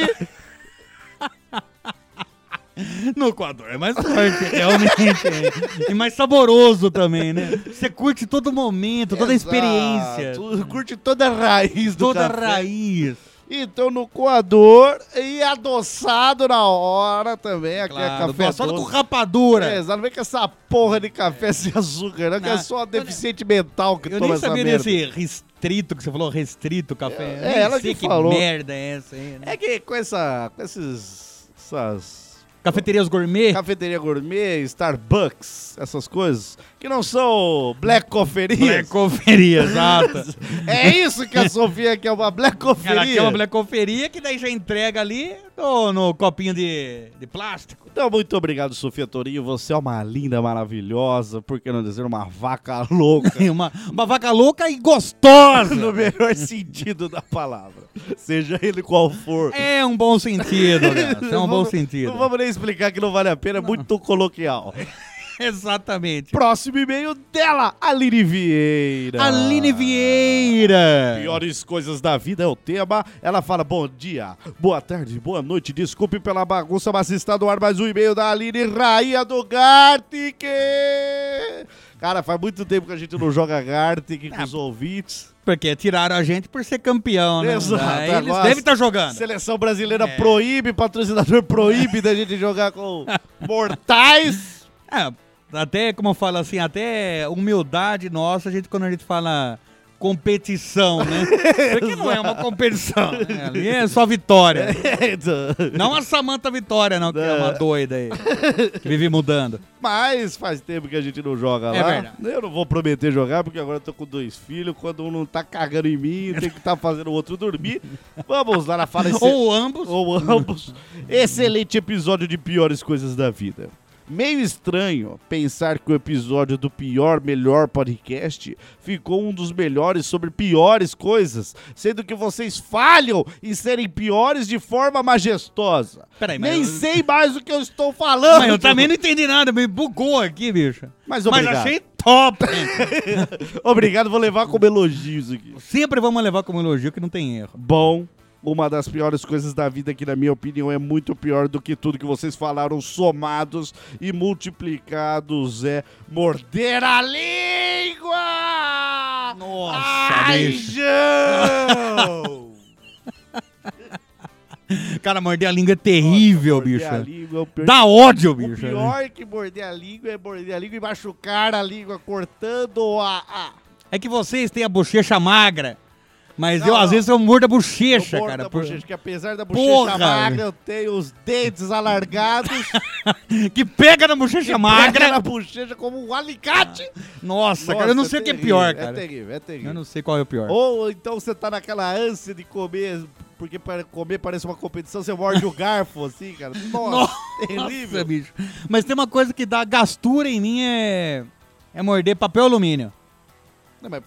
[SPEAKER 3] No coador é mais forte, realmente. é. E mais saboroso também, né? Você curte todo momento, toda a experiência.
[SPEAKER 2] Exato. Curte toda a raiz do
[SPEAKER 3] Toda a
[SPEAKER 2] café.
[SPEAKER 3] raiz.
[SPEAKER 2] Então no coador e adoçado na hora também. Aqui é
[SPEAKER 3] Claro,
[SPEAKER 2] café
[SPEAKER 3] só com né?
[SPEAKER 2] doce.
[SPEAKER 3] rapadura.
[SPEAKER 2] É, exato. Não vem com essa porra de café sem açúcar, não, que é
[SPEAKER 3] Não,
[SPEAKER 2] só
[SPEAKER 3] Ah, eu
[SPEAKER 2] deficiente mental que
[SPEAKER 3] Eu
[SPEAKER 2] toma
[SPEAKER 3] nem
[SPEAKER 2] essa
[SPEAKER 3] sabia
[SPEAKER 2] merda.
[SPEAKER 3] desse restrito que você falou, restrito café.
[SPEAKER 2] É,
[SPEAKER 3] Nem
[SPEAKER 2] ela
[SPEAKER 3] sei
[SPEAKER 2] que falou.
[SPEAKER 3] merda é essa aí, né?
[SPEAKER 2] É que com essa. com esses. essas
[SPEAKER 3] Cafeterias gourmet?
[SPEAKER 2] cafeteria gourmet, Starbucks, essas coisas, que não são black cofferias.
[SPEAKER 3] Blecoferia, é exato.
[SPEAKER 2] É isso que a Sofia quer, uma
[SPEAKER 3] Ela
[SPEAKER 2] blecoferia.
[SPEAKER 3] quer é uma blecoferia que daí já entrega ali no, no copinho de, de plástico.
[SPEAKER 2] Então, muito obrigado, Sofia Torinho. Você é uma linda, maravilhosa, por que não dizer uma vaca louca?
[SPEAKER 3] Uma, uma vaca louca e gostosa.
[SPEAKER 2] no melhor sentido da palavra. Seja ele qual for.
[SPEAKER 3] É um bom sentido, Gans, é um
[SPEAKER 2] Não
[SPEAKER 3] bom
[SPEAKER 2] vamos-
[SPEAKER 3] sentido.
[SPEAKER 2] Não vamos nem explicar que não vale a pena, é muito coloquial.
[SPEAKER 3] Exatamente.
[SPEAKER 2] Próximo e-mail dela, Aline Vieira.
[SPEAKER 3] Aline Vieira.
[SPEAKER 2] Piores coisas da vida é o tema. Ela fala: bom dia, boa tarde, boa noite. Desculpe pela bagunça, mas está no ar mais um e-mail da Aline Rainha do Gartic. Cara, faz muito tempo que a gente não joga Gartic com os ouvintes.
[SPEAKER 3] Porque tiraram a gente por ser campeão, né?
[SPEAKER 2] Exato,
[SPEAKER 3] Aí eles
[SPEAKER 2] agora-
[SPEAKER 3] devem estar jogando.
[SPEAKER 2] Seleção brasileira proíbe, patrocinador proíbe da gente jogar com mortais.
[SPEAKER 3] É, até, como eu falo assim, até humildade nossa, a gente, quando a gente fala competição, né? Porque não é uma competição, né? Ali é só vitória.
[SPEAKER 2] É, então.
[SPEAKER 3] Não a Samanta Vitória, não, que é uma doida aí. Que vive mudando.
[SPEAKER 2] Mas faz tempo que a gente não joga
[SPEAKER 3] É
[SPEAKER 2] lá.
[SPEAKER 3] verdade.
[SPEAKER 2] Eu não vou prometer jogar, porque agora eu tô com dois filhos. Quando um não tá cagando em mim, tem que estar fazendo o outro dormir. Vamos lá na fala. Esse...
[SPEAKER 3] Ou ambos.
[SPEAKER 2] Ou ambos. Excelente episódio de Piores Coisas da Vida. Meio estranho pensar que o episódio do pior melhor podcast ficou um dos melhores sobre piores coisas, sendo que vocês falham em serem piores de forma majestosa.
[SPEAKER 3] Peraí, mas
[SPEAKER 2] Nem
[SPEAKER 3] eu-
[SPEAKER 2] sei mais o que eu estou falando.
[SPEAKER 3] Mas eu também não entendi nada, me bugou aqui, bicho.
[SPEAKER 2] Mas
[SPEAKER 3] Mas
[SPEAKER 2] obrigado.
[SPEAKER 3] achei top.
[SPEAKER 2] Obrigado, vou levar como elogio isso aqui.
[SPEAKER 3] Sempre vamos levar como elogio que não tem erro.
[SPEAKER 2] Bom, uma das piores coisas da vida, que na minha opinião é muito pior do que tudo que vocês falaram, somados e multiplicados, é morder a língua!
[SPEAKER 3] Nossa,
[SPEAKER 2] Ai,
[SPEAKER 3] bicho.
[SPEAKER 2] João!
[SPEAKER 3] Cara, morder a língua é terrível,
[SPEAKER 2] Morder
[SPEAKER 3] bicho.
[SPEAKER 2] a língua é o pior.
[SPEAKER 3] Dá ódio,
[SPEAKER 2] O
[SPEAKER 3] bicho. né?
[SPEAKER 2] pior é que morder a língua é morder a língua e machucar a língua, cortando a. a-
[SPEAKER 3] É que vocês têm a bochecha magra. Mas
[SPEAKER 2] Não,
[SPEAKER 3] eu, às
[SPEAKER 2] não.
[SPEAKER 3] vezes, eu mordo a
[SPEAKER 2] Eu
[SPEAKER 3] bochecha,
[SPEAKER 2] mordo
[SPEAKER 3] cara.
[SPEAKER 2] a
[SPEAKER 3] por-
[SPEAKER 2] bochecha, que apesar da bochecha
[SPEAKER 3] Porra!
[SPEAKER 2] magra, eu tenho os dentes alargados.
[SPEAKER 3] Que pega na bochecha magra.
[SPEAKER 2] na bochecha como um alicate.
[SPEAKER 3] Nossa, cara, eu não sei o que é
[SPEAKER 2] terrível,
[SPEAKER 3] pior,
[SPEAKER 2] É
[SPEAKER 3] cara.
[SPEAKER 2] terrível, é terrível.
[SPEAKER 3] eu não sei qual é o pior.
[SPEAKER 2] Ou então você tá naquela ânsia de comer, porque para comer parece uma competição, você morde o garfo assim, cara. Nossa, terrível.
[SPEAKER 3] Nossa, bicho. Mas tem uma coisa que dá gastura em mim é. É morder papel alumínio.
[SPEAKER 2] Não, mas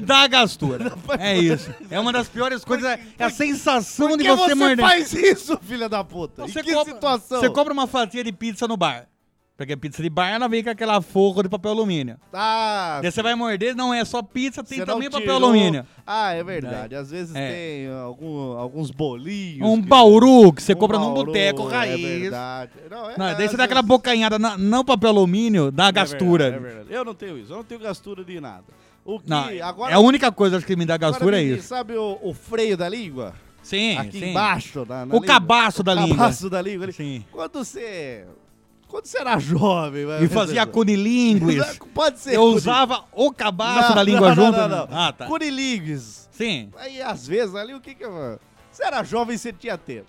[SPEAKER 3] dá gastura. é isso. É uma das piores coisas. É a sensação
[SPEAKER 2] por
[SPEAKER 3] de
[SPEAKER 2] que
[SPEAKER 3] você,
[SPEAKER 2] você,
[SPEAKER 3] morder.
[SPEAKER 2] faz isso, filha da puta?
[SPEAKER 3] Então
[SPEAKER 2] em que situação?
[SPEAKER 3] Você compra uma fatia de pizza no bar. Porque a pizza de bar ela vem com aquela forra de papel alumínio.
[SPEAKER 2] Ah,
[SPEAKER 3] Daí você vai morder, não é só pizza, tem
[SPEAKER 2] você um não
[SPEAKER 3] também papel
[SPEAKER 2] tirou-
[SPEAKER 3] alumínio.
[SPEAKER 2] Ah, é verdade. Às vezes
[SPEAKER 3] É.
[SPEAKER 2] tem algum- alguns bolinhos.
[SPEAKER 3] Um
[SPEAKER 2] que-
[SPEAKER 3] bauru que você
[SPEAKER 2] um
[SPEAKER 3] compra num
[SPEAKER 2] bauru,
[SPEAKER 3] boteco raiz.
[SPEAKER 2] É verdade. Não, é-
[SPEAKER 3] Não, daí
[SPEAKER 2] às
[SPEAKER 3] você dá aquela
[SPEAKER 2] vezes-
[SPEAKER 3] bocanhada, na- não papel alumínio, dá gastura.
[SPEAKER 2] É verdade, é verdade. Eu não tenho isso, eu não tenho gastura de nada. O que
[SPEAKER 3] Não,
[SPEAKER 2] agora.
[SPEAKER 3] é a única coisa acho que me dá
[SPEAKER 2] agora
[SPEAKER 3] gastura é
[SPEAKER 2] me diz,
[SPEAKER 3] isso.
[SPEAKER 2] Sabe o, o freio da língua?
[SPEAKER 3] Sim,
[SPEAKER 2] Aqui
[SPEAKER 3] sim.
[SPEAKER 2] embaixo. Na, na
[SPEAKER 3] O
[SPEAKER 2] língua.
[SPEAKER 3] cabaço da língua.
[SPEAKER 2] cabaço da língua. ali.
[SPEAKER 3] Sim.
[SPEAKER 2] Quando você. Quando você era jovem.
[SPEAKER 3] E fazia
[SPEAKER 2] né?
[SPEAKER 3] cunilinguis.
[SPEAKER 2] Pode ser.
[SPEAKER 3] Eu
[SPEAKER 2] cuni-
[SPEAKER 3] usava o cabaço
[SPEAKER 2] Não,
[SPEAKER 3] da língua
[SPEAKER 2] não, não,
[SPEAKER 3] junto.
[SPEAKER 2] Não, não,
[SPEAKER 3] Ah, tá.
[SPEAKER 2] Cunilingues.
[SPEAKER 3] Sim.
[SPEAKER 2] Aí, às vezes, ali, o que que eu. Você era jovem, você tinha tempo.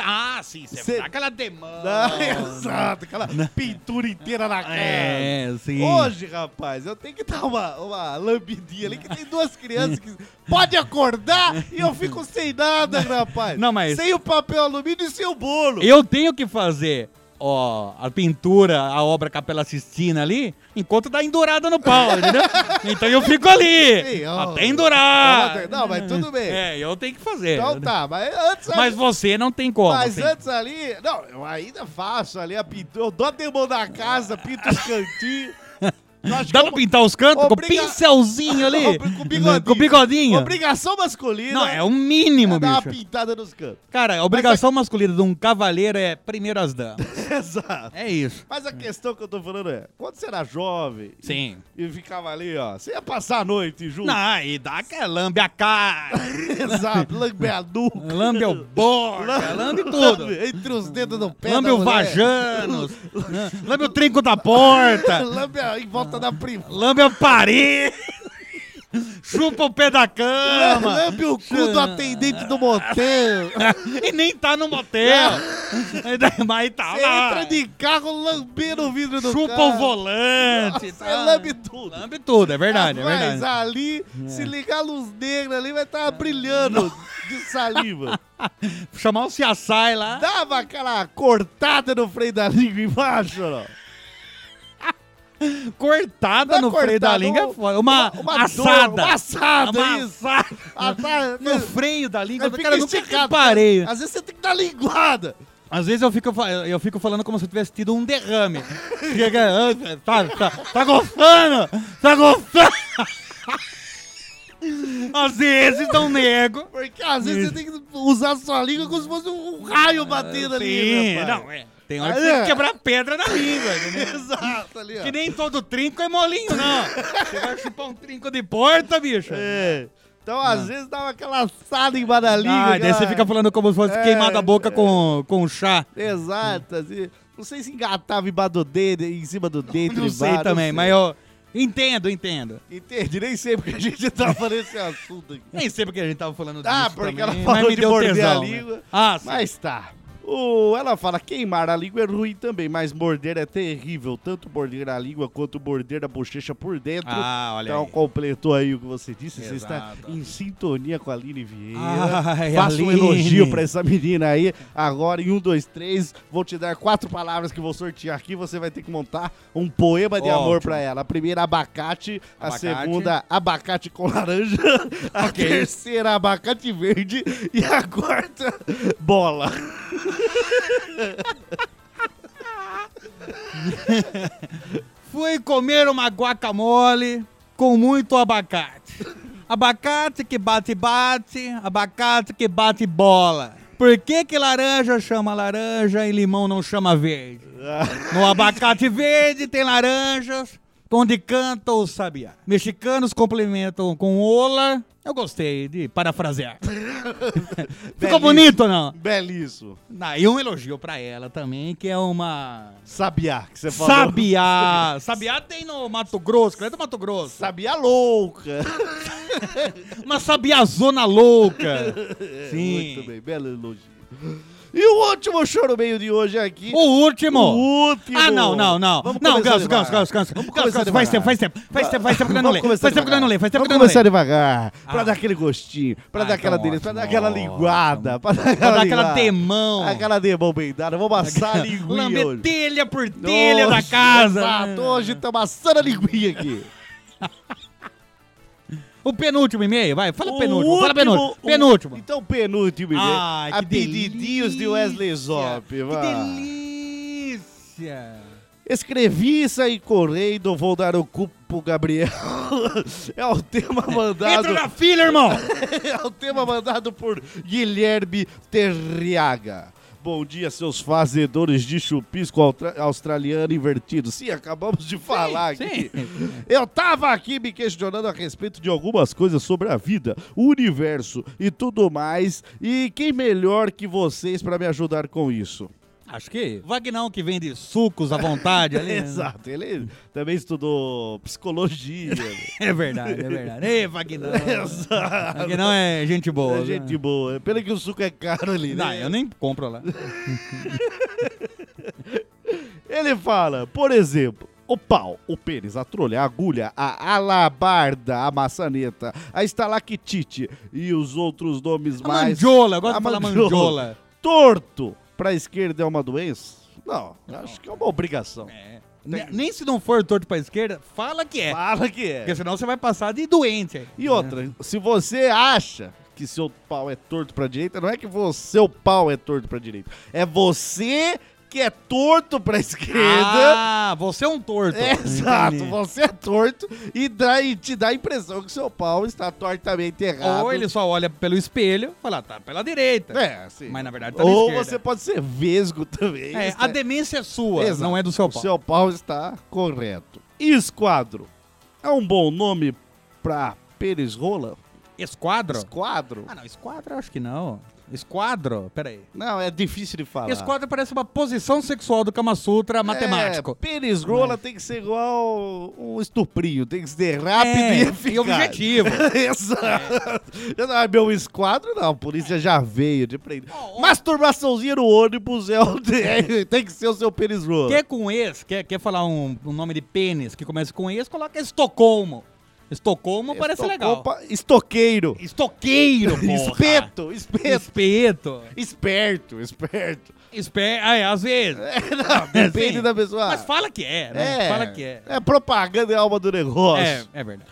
[SPEAKER 3] Ah, sim. Você
[SPEAKER 2] Cê-
[SPEAKER 3] dá aquela demanda.
[SPEAKER 2] Não, Exato, aquela pintura inteira na cara.
[SPEAKER 3] Ah, né? É, sim.
[SPEAKER 2] Hoje, rapaz, eu tenho que dar uma, uma lambidinha ali, que tem duas crianças que pode acordar e eu fico sem nada, rapaz.
[SPEAKER 3] Não, mas-
[SPEAKER 2] Sem o papel alumínio e sem o bolo.
[SPEAKER 3] Eu tenho que fazer, ó, a pintura, a obra Capela Sistina ali, enquanto dá endurada no pau, entendeu? Então eu fico ali,
[SPEAKER 2] Sim, é ó.
[SPEAKER 3] até endurar.
[SPEAKER 2] Não, Não, mas tudo bem.
[SPEAKER 3] É, eu tenho que fazer.
[SPEAKER 2] Então tá, mas antes...
[SPEAKER 3] Mas
[SPEAKER 2] ali,
[SPEAKER 3] você não tem como.
[SPEAKER 2] mas
[SPEAKER 3] assim.
[SPEAKER 2] antes ali... Não, eu ainda faço ali a pintura, eu dou a demão da casa, pinto os cantinhos. Eu acho
[SPEAKER 3] Dá
[SPEAKER 2] que
[SPEAKER 3] pra
[SPEAKER 2] eu-
[SPEAKER 3] pintar os cantos com o
[SPEAKER 2] Obriga-
[SPEAKER 3] pincelzinho ali?
[SPEAKER 2] Com o bigodinho.
[SPEAKER 3] Com o bigodinho.
[SPEAKER 2] Obrigação masculina...
[SPEAKER 3] Não, é o mínimo,
[SPEAKER 2] é dar uma é-
[SPEAKER 3] bicho.
[SPEAKER 2] pintada nos cantos.
[SPEAKER 3] Cara, a obrigação masculina de um cavaleiro é primeiro as damas.
[SPEAKER 2] Exato.
[SPEAKER 3] É isso.
[SPEAKER 2] Mas a questão que eu tô falando é, quando você era jovem
[SPEAKER 3] Sim.
[SPEAKER 2] e ficava ali, ó, você ia passar a noite junto.
[SPEAKER 3] Não, e dá aquela lambe a cara,
[SPEAKER 2] Exato, lambe a nuca.
[SPEAKER 3] lambe o borda, lambe tudo.
[SPEAKER 2] Lambe Entre os dedos do pé
[SPEAKER 3] Lambe
[SPEAKER 2] da
[SPEAKER 3] o
[SPEAKER 2] mulher.
[SPEAKER 3] vajanos, né? lambe o trinco da porta,
[SPEAKER 2] Lambe a- em volta da prima.
[SPEAKER 3] lambe a parede, chupa o pé da cama
[SPEAKER 2] Lambe o cu do atendente do motel.
[SPEAKER 3] e nem tá no motel. Mas tá
[SPEAKER 2] Você
[SPEAKER 3] lá.
[SPEAKER 2] entra de carro lambendo o vidro do
[SPEAKER 3] Chupa
[SPEAKER 2] carro.
[SPEAKER 3] o volante.
[SPEAKER 2] Você
[SPEAKER 3] tá.
[SPEAKER 2] lambe tudo.
[SPEAKER 3] Lambe tudo, é verdade, é
[SPEAKER 2] Mas
[SPEAKER 3] verdade. É.
[SPEAKER 2] ali, se ligar a luz negra ali, vai estar brilhando de saliva.
[SPEAKER 3] Chamar o Ciaçai lá.
[SPEAKER 2] Dava aquela cortada no freio da língua embaixo, ó.
[SPEAKER 3] Cortada
[SPEAKER 2] Não é
[SPEAKER 3] no freio da
[SPEAKER 2] cortada,
[SPEAKER 3] língua
[SPEAKER 2] um-
[SPEAKER 3] é foda. Uma,
[SPEAKER 2] uma- uma
[SPEAKER 3] assada.
[SPEAKER 2] dor, uma assada,
[SPEAKER 3] Uma
[SPEAKER 2] isso.
[SPEAKER 3] assada.
[SPEAKER 2] Ah, tá,
[SPEAKER 3] No freio da língua.
[SPEAKER 2] Aí
[SPEAKER 3] do
[SPEAKER 2] fica
[SPEAKER 3] Cara, eu nunca
[SPEAKER 2] esticado.
[SPEAKER 3] reparei.
[SPEAKER 2] Às vezes você tem que dar tá linguada.
[SPEAKER 3] Às vezes eu fico, fa- eu fico falando como se eu tivesse tido um derrame. Chega, ah, tá, tá, tá gostando? Tá gostando? Às vezes não nego.
[SPEAKER 2] Porque às vezes você tem que usar sua língua como se fosse um raio batendo ali,
[SPEAKER 3] Ah, Sim,
[SPEAKER 2] meu pai.
[SPEAKER 3] não, é. Tem hora que
[SPEAKER 2] Aí
[SPEAKER 3] tem
[SPEAKER 2] é.
[SPEAKER 3] que quebrar pedra na língua, entendeu?
[SPEAKER 2] Exato, ali, ó.
[SPEAKER 3] Que nem todo trinco é molinho, não. Você vai chupar um trinco de porta, bicho.
[SPEAKER 2] É. Então, às vezes, dava aquela assada em da língua.
[SPEAKER 3] Ah, daí
[SPEAKER 2] aquela-
[SPEAKER 3] você fica falando como se fosse
[SPEAKER 2] É,
[SPEAKER 3] queimado a boca com, com chá.
[SPEAKER 2] Exato, assim. Não sei se engatava embaixo do dedo, em cima do dedo.
[SPEAKER 3] Não sei
[SPEAKER 2] embaixo,
[SPEAKER 3] também,
[SPEAKER 2] não
[SPEAKER 3] mas eu entendo, entendo.
[SPEAKER 2] sei. Entendi, nem sei porque a gente tá falando esse assunto aqui.
[SPEAKER 3] Nem sei porque a gente tava falando disso
[SPEAKER 2] Ah, porque
[SPEAKER 3] também,
[SPEAKER 2] ela
[SPEAKER 3] mas
[SPEAKER 2] falou
[SPEAKER 3] me
[SPEAKER 2] de
[SPEAKER 3] deu
[SPEAKER 2] morder
[SPEAKER 3] tesão,
[SPEAKER 2] a
[SPEAKER 3] né?
[SPEAKER 2] língua.
[SPEAKER 3] Ah, sim.
[SPEAKER 2] Mas tá. O, ela fala, queimar a língua é ruim também, mas morder é terrível. Tanto morder a língua quanto morder a bochecha por dentro.
[SPEAKER 3] Ah, olha
[SPEAKER 2] então
[SPEAKER 3] aí.
[SPEAKER 2] completou aí o que você disse. Você está
[SPEAKER 3] Exato.
[SPEAKER 2] em sintonia com a Aline Vieira.
[SPEAKER 3] Ai,
[SPEAKER 2] Faça um
[SPEAKER 3] Aline.
[SPEAKER 2] elogio pra essa menina aí. Agora, em um, dois, três, vou te dar quatro palavras que vou sortear aqui. Você vai ter que montar um poema de amor
[SPEAKER 3] Ótimo.
[SPEAKER 2] pra ela. A primeira, abacate. A
[SPEAKER 3] Abacate.
[SPEAKER 2] segunda, abacate com laranja. A
[SPEAKER 3] Ok.
[SPEAKER 2] terceira, abacate verde. E a quarta, bola.
[SPEAKER 3] Fui comer uma guacamole com muito abacate. Abacate que bate bate, abacate que bate bola. Por que que laranja chama laranja e limão não chama verde? No abacate verde tem laranjas, onde canta o sabiá. Mexicanos complementam com ola. Eu gostei de parafrasear.
[SPEAKER 2] Belíssimo.
[SPEAKER 3] Ficou bonito ou não?
[SPEAKER 2] Belíssimo.
[SPEAKER 3] Ah, e um elogio pra ela também, que é uma
[SPEAKER 2] Sabiá, que você falou.
[SPEAKER 3] Sabiá! Sabiá tem no Mato Grosso, que é do Mato Grosso.
[SPEAKER 2] Sabiá louca.
[SPEAKER 3] Uma sabiazona louca. Sim.
[SPEAKER 2] Muito bem, belo elogio. E o último choro meio de hoje aqui.
[SPEAKER 3] O último.
[SPEAKER 2] O último.
[SPEAKER 3] Ah, não, não, não.
[SPEAKER 2] Vamos
[SPEAKER 3] não,
[SPEAKER 2] começar
[SPEAKER 3] Ganso, Ganso,
[SPEAKER 2] devagar.
[SPEAKER 3] Ganso, Ganso.
[SPEAKER 2] Vamos
[SPEAKER 3] Ganso,
[SPEAKER 2] começar
[SPEAKER 3] Ganso, faz
[SPEAKER 2] devagar.
[SPEAKER 3] tempo, faz tempo. Faz tempo, faz tempo que eu não
[SPEAKER 2] Vamos
[SPEAKER 3] leio. Faz
[SPEAKER 2] começar
[SPEAKER 3] tempo que eu não leio, faz tempo que eu
[SPEAKER 2] Vamos começar
[SPEAKER 3] não leio.
[SPEAKER 2] devagar, pra
[SPEAKER 3] Ah.
[SPEAKER 2] dar aquele gostinho, pra
[SPEAKER 3] Ah,
[SPEAKER 2] dar aquela
[SPEAKER 3] então
[SPEAKER 2] delícia, pra dar
[SPEAKER 3] ótimo,
[SPEAKER 2] aquela linguada,
[SPEAKER 3] ótimo.
[SPEAKER 2] pra dar
[SPEAKER 3] Vou
[SPEAKER 2] aquela
[SPEAKER 3] dar aquela
[SPEAKER 2] linguada.
[SPEAKER 3] temão.
[SPEAKER 2] Aquela demão beidada, vamos assar a linguinha
[SPEAKER 3] Lamber
[SPEAKER 2] hoje.
[SPEAKER 3] telha por telha da
[SPEAKER 2] Hoje,
[SPEAKER 3] casa. né?
[SPEAKER 2] Exato, hoje estamos assando a linguinha aqui.
[SPEAKER 3] O penúltimo e-mail, vai. Fala o
[SPEAKER 2] O
[SPEAKER 3] penúltimo, fala
[SPEAKER 2] último-
[SPEAKER 3] penúltimo.
[SPEAKER 2] o-
[SPEAKER 3] Penúltimo.
[SPEAKER 2] Então, penúltimo. né?
[SPEAKER 3] Ai, que
[SPEAKER 2] Apelidinhos de Wesley
[SPEAKER 3] delícia.
[SPEAKER 2] Zop.
[SPEAKER 3] Que
[SPEAKER 2] vai.
[SPEAKER 3] delícia.
[SPEAKER 2] Escrevi e saí correndo, vou dar o cu pro Gabriel. é o tema mandado.
[SPEAKER 3] Entra na fila, irmão.
[SPEAKER 2] é o tema mandado por Guilherme Terriaga. Bom dia, seus fazedores de chupisco austra- australiano invertido. Sim, acabamos de falar aqui. Eu tava aqui me questionando a respeito de algumas coisas sobre a vida, o universo e tudo mais. E quem melhor que vocês pra me ajudar com isso?
[SPEAKER 3] Acho que Vagnão que vende sucos à vontade ali. né?
[SPEAKER 2] Exato, ele também estudou psicologia. né?
[SPEAKER 3] É verdade, é verdade. Ei, Vagnão.
[SPEAKER 2] Exato.
[SPEAKER 3] Vagnão é gente boa.
[SPEAKER 2] É gente
[SPEAKER 3] né?
[SPEAKER 2] boa. Pena que o suco é caro ali, né?
[SPEAKER 3] Não, eu nem compro lá.
[SPEAKER 2] Ele fala, por exemplo, o pau, o pênis, a trolha, a agulha, a alabarda, a maçaneta, a estalactite e os outros nomes
[SPEAKER 3] A
[SPEAKER 2] mais.
[SPEAKER 3] mandiola, eu gosto
[SPEAKER 2] A
[SPEAKER 3] de falar mandiola.
[SPEAKER 2] Torto pra esquerda é uma doença? Não, acho que é uma obrigação.
[SPEAKER 3] É. Ne- Nem se não for torto pra esquerda, fala que é.
[SPEAKER 2] Fala que é.
[SPEAKER 3] Porque senão você vai passar de doente. aí.
[SPEAKER 2] E outra, se você acha que seu pau é torto pra direita, não é que você, seu pau é torto pra direita. É você que é torto pra esquerda.
[SPEAKER 3] Ah, você é um torto.
[SPEAKER 2] Exato,
[SPEAKER 3] Entendi.
[SPEAKER 2] você é torto e, dá, e te dá a impressão que seu pau está tortamente errado.
[SPEAKER 3] Ou ele só olha pelo espelho e fala, tá pela direita.
[SPEAKER 2] É, assim.
[SPEAKER 3] Mas na verdade tá na
[SPEAKER 2] Ou
[SPEAKER 3] esquerda.
[SPEAKER 2] você pode ser vesgo também.
[SPEAKER 3] É,
[SPEAKER 2] Está-
[SPEAKER 3] a demência é sua,
[SPEAKER 2] Exato.
[SPEAKER 3] não é do seu pau.
[SPEAKER 2] O seu pau está correto. Esquadro. É um bom nome pra pênis rola?
[SPEAKER 3] Esquadro?
[SPEAKER 2] Esquadro?
[SPEAKER 3] Ah, não, esquadro eu acho que não. Esquadro? Peraí.
[SPEAKER 2] Não, é difícil de falar.
[SPEAKER 3] Esquadro parece uma posição sexual do Kama Sutra matemático.
[SPEAKER 2] É, pênis rola tem que ser igual um estuprinho, tem que ser rápido e
[SPEAKER 3] É,
[SPEAKER 2] eficaz.
[SPEAKER 3] e objetivo.
[SPEAKER 2] Exato. Eu não- Meu esquadro, não, a polícia já veio de prender.
[SPEAKER 3] Ó, ó.
[SPEAKER 2] Masturbaçãozinha no ônibus é o... é, tem que ser o seu pênis rola.
[SPEAKER 3] Quer com ex, quer, quer falar um, um nome de pênis que começa com ex, coloca Estocolmo. Estocolmo parece legal.
[SPEAKER 2] Estocopa- Estoqueiro.
[SPEAKER 3] Estoqueiro, porra.
[SPEAKER 2] Espeto, espeto.
[SPEAKER 3] Espeto.
[SPEAKER 2] Esperto, esperto.
[SPEAKER 3] Espe... Ah, é, às vezes.
[SPEAKER 2] Não, depende
[SPEAKER 3] Sim.
[SPEAKER 2] da pessoa.
[SPEAKER 3] Mas fala que é, né?
[SPEAKER 2] é,
[SPEAKER 3] Fala que é.
[SPEAKER 2] É propaganda é a alma do negócio.
[SPEAKER 3] É, é verdade.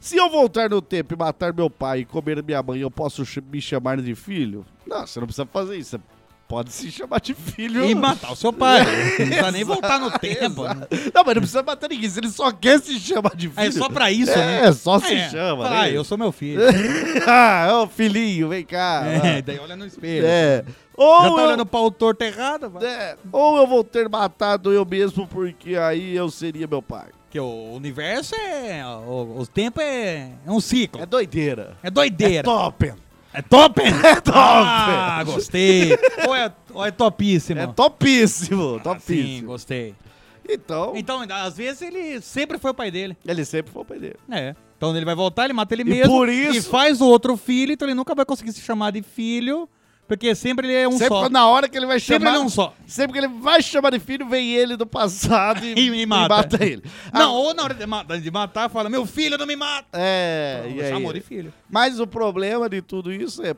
[SPEAKER 2] Se eu voltar no tempo e matar meu pai e comer minha mãe, eu posso ch- me chamar de filho? Não, você não precisa fazer isso. Você pode se chamar de filho. Ah,
[SPEAKER 3] E matar o seu pai. Não precisa nem voltar no tempo. né?
[SPEAKER 2] Não, mas não precisa matar ninguém. Se ele só quer se chamar de filho.
[SPEAKER 3] É só pra isso,
[SPEAKER 2] É,
[SPEAKER 3] né?
[SPEAKER 2] só se
[SPEAKER 3] É.
[SPEAKER 2] chama,
[SPEAKER 3] Fala,
[SPEAKER 2] né?
[SPEAKER 3] Ah, eu sou meu filho.
[SPEAKER 2] ah, ô filhinho, vem cá. Ah,
[SPEAKER 3] É, daí olha no espelho.
[SPEAKER 2] É. Ou
[SPEAKER 3] Já tá
[SPEAKER 2] eu-
[SPEAKER 3] olhando pra o torto errado, vai.
[SPEAKER 2] É, ou eu vou ter matado eu mesmo, porque aí eu seria meu pai.
[SPEAKER 3] Porque o universo é. O, o tempo é, é um ciclo.
[SPEAKER 2] É doideira.
[SPEAKER 3] É doideira.
[SPEAKER 2] É top.
[SPEAKER 3] É top? É
[SPEAKER 2] top.
[SPEAKER 3] Ah, gostei. ou, é, ou é topíssimo?
[SPEAKER 2] É topíssimo,
[SPEAKER 3] Ah, Sim,
[SPEAKER 2] topíssimo.
[SPEAKER 3] gostei.
[SPEAKER 2] então,
[SPEAKER 3] Então, às vezes ele sempre foi o pai dele.
[SPEAKER 2] ele sempre foi o pai dele.
[SPEAKER 3] É. Então ele vai voltar, ele mata ele
[SPEAKER 2] E
[SPEAKER 3] mesmo.
[SPEAKER 2] por isso-
[SPEAKER 3] E faz o outro filho, então ele nunca vai conseguir se chamar de filho, porque sempre ele é um
[SPEAKER 2] sempre
[SPEAKER 3] só.
[SPEAKER 2] quando- na hora que ele vai
[SPEAKER 3] Sempre
[SPEAKER 2] chamar...
[SPEAKER 3] ele é um só.
[SPEAKER 2] Sempre que ele vai chamar de filho, vem ele do passado e,
[SPEAKER 3] E me mata.
[SPEAKER 2] ele.
[SPEAKER 3] Não,
[SPEAKER 2] Ah,
[SPEAKER 3] ou na hora de, ma- de matar, fala, meu filho não me mata.
[SPEAKER 2] É, e aí?
[SPEAKER 3] Chamou de filho.
[SPEAKER 2] Mas o problema de tudo isso é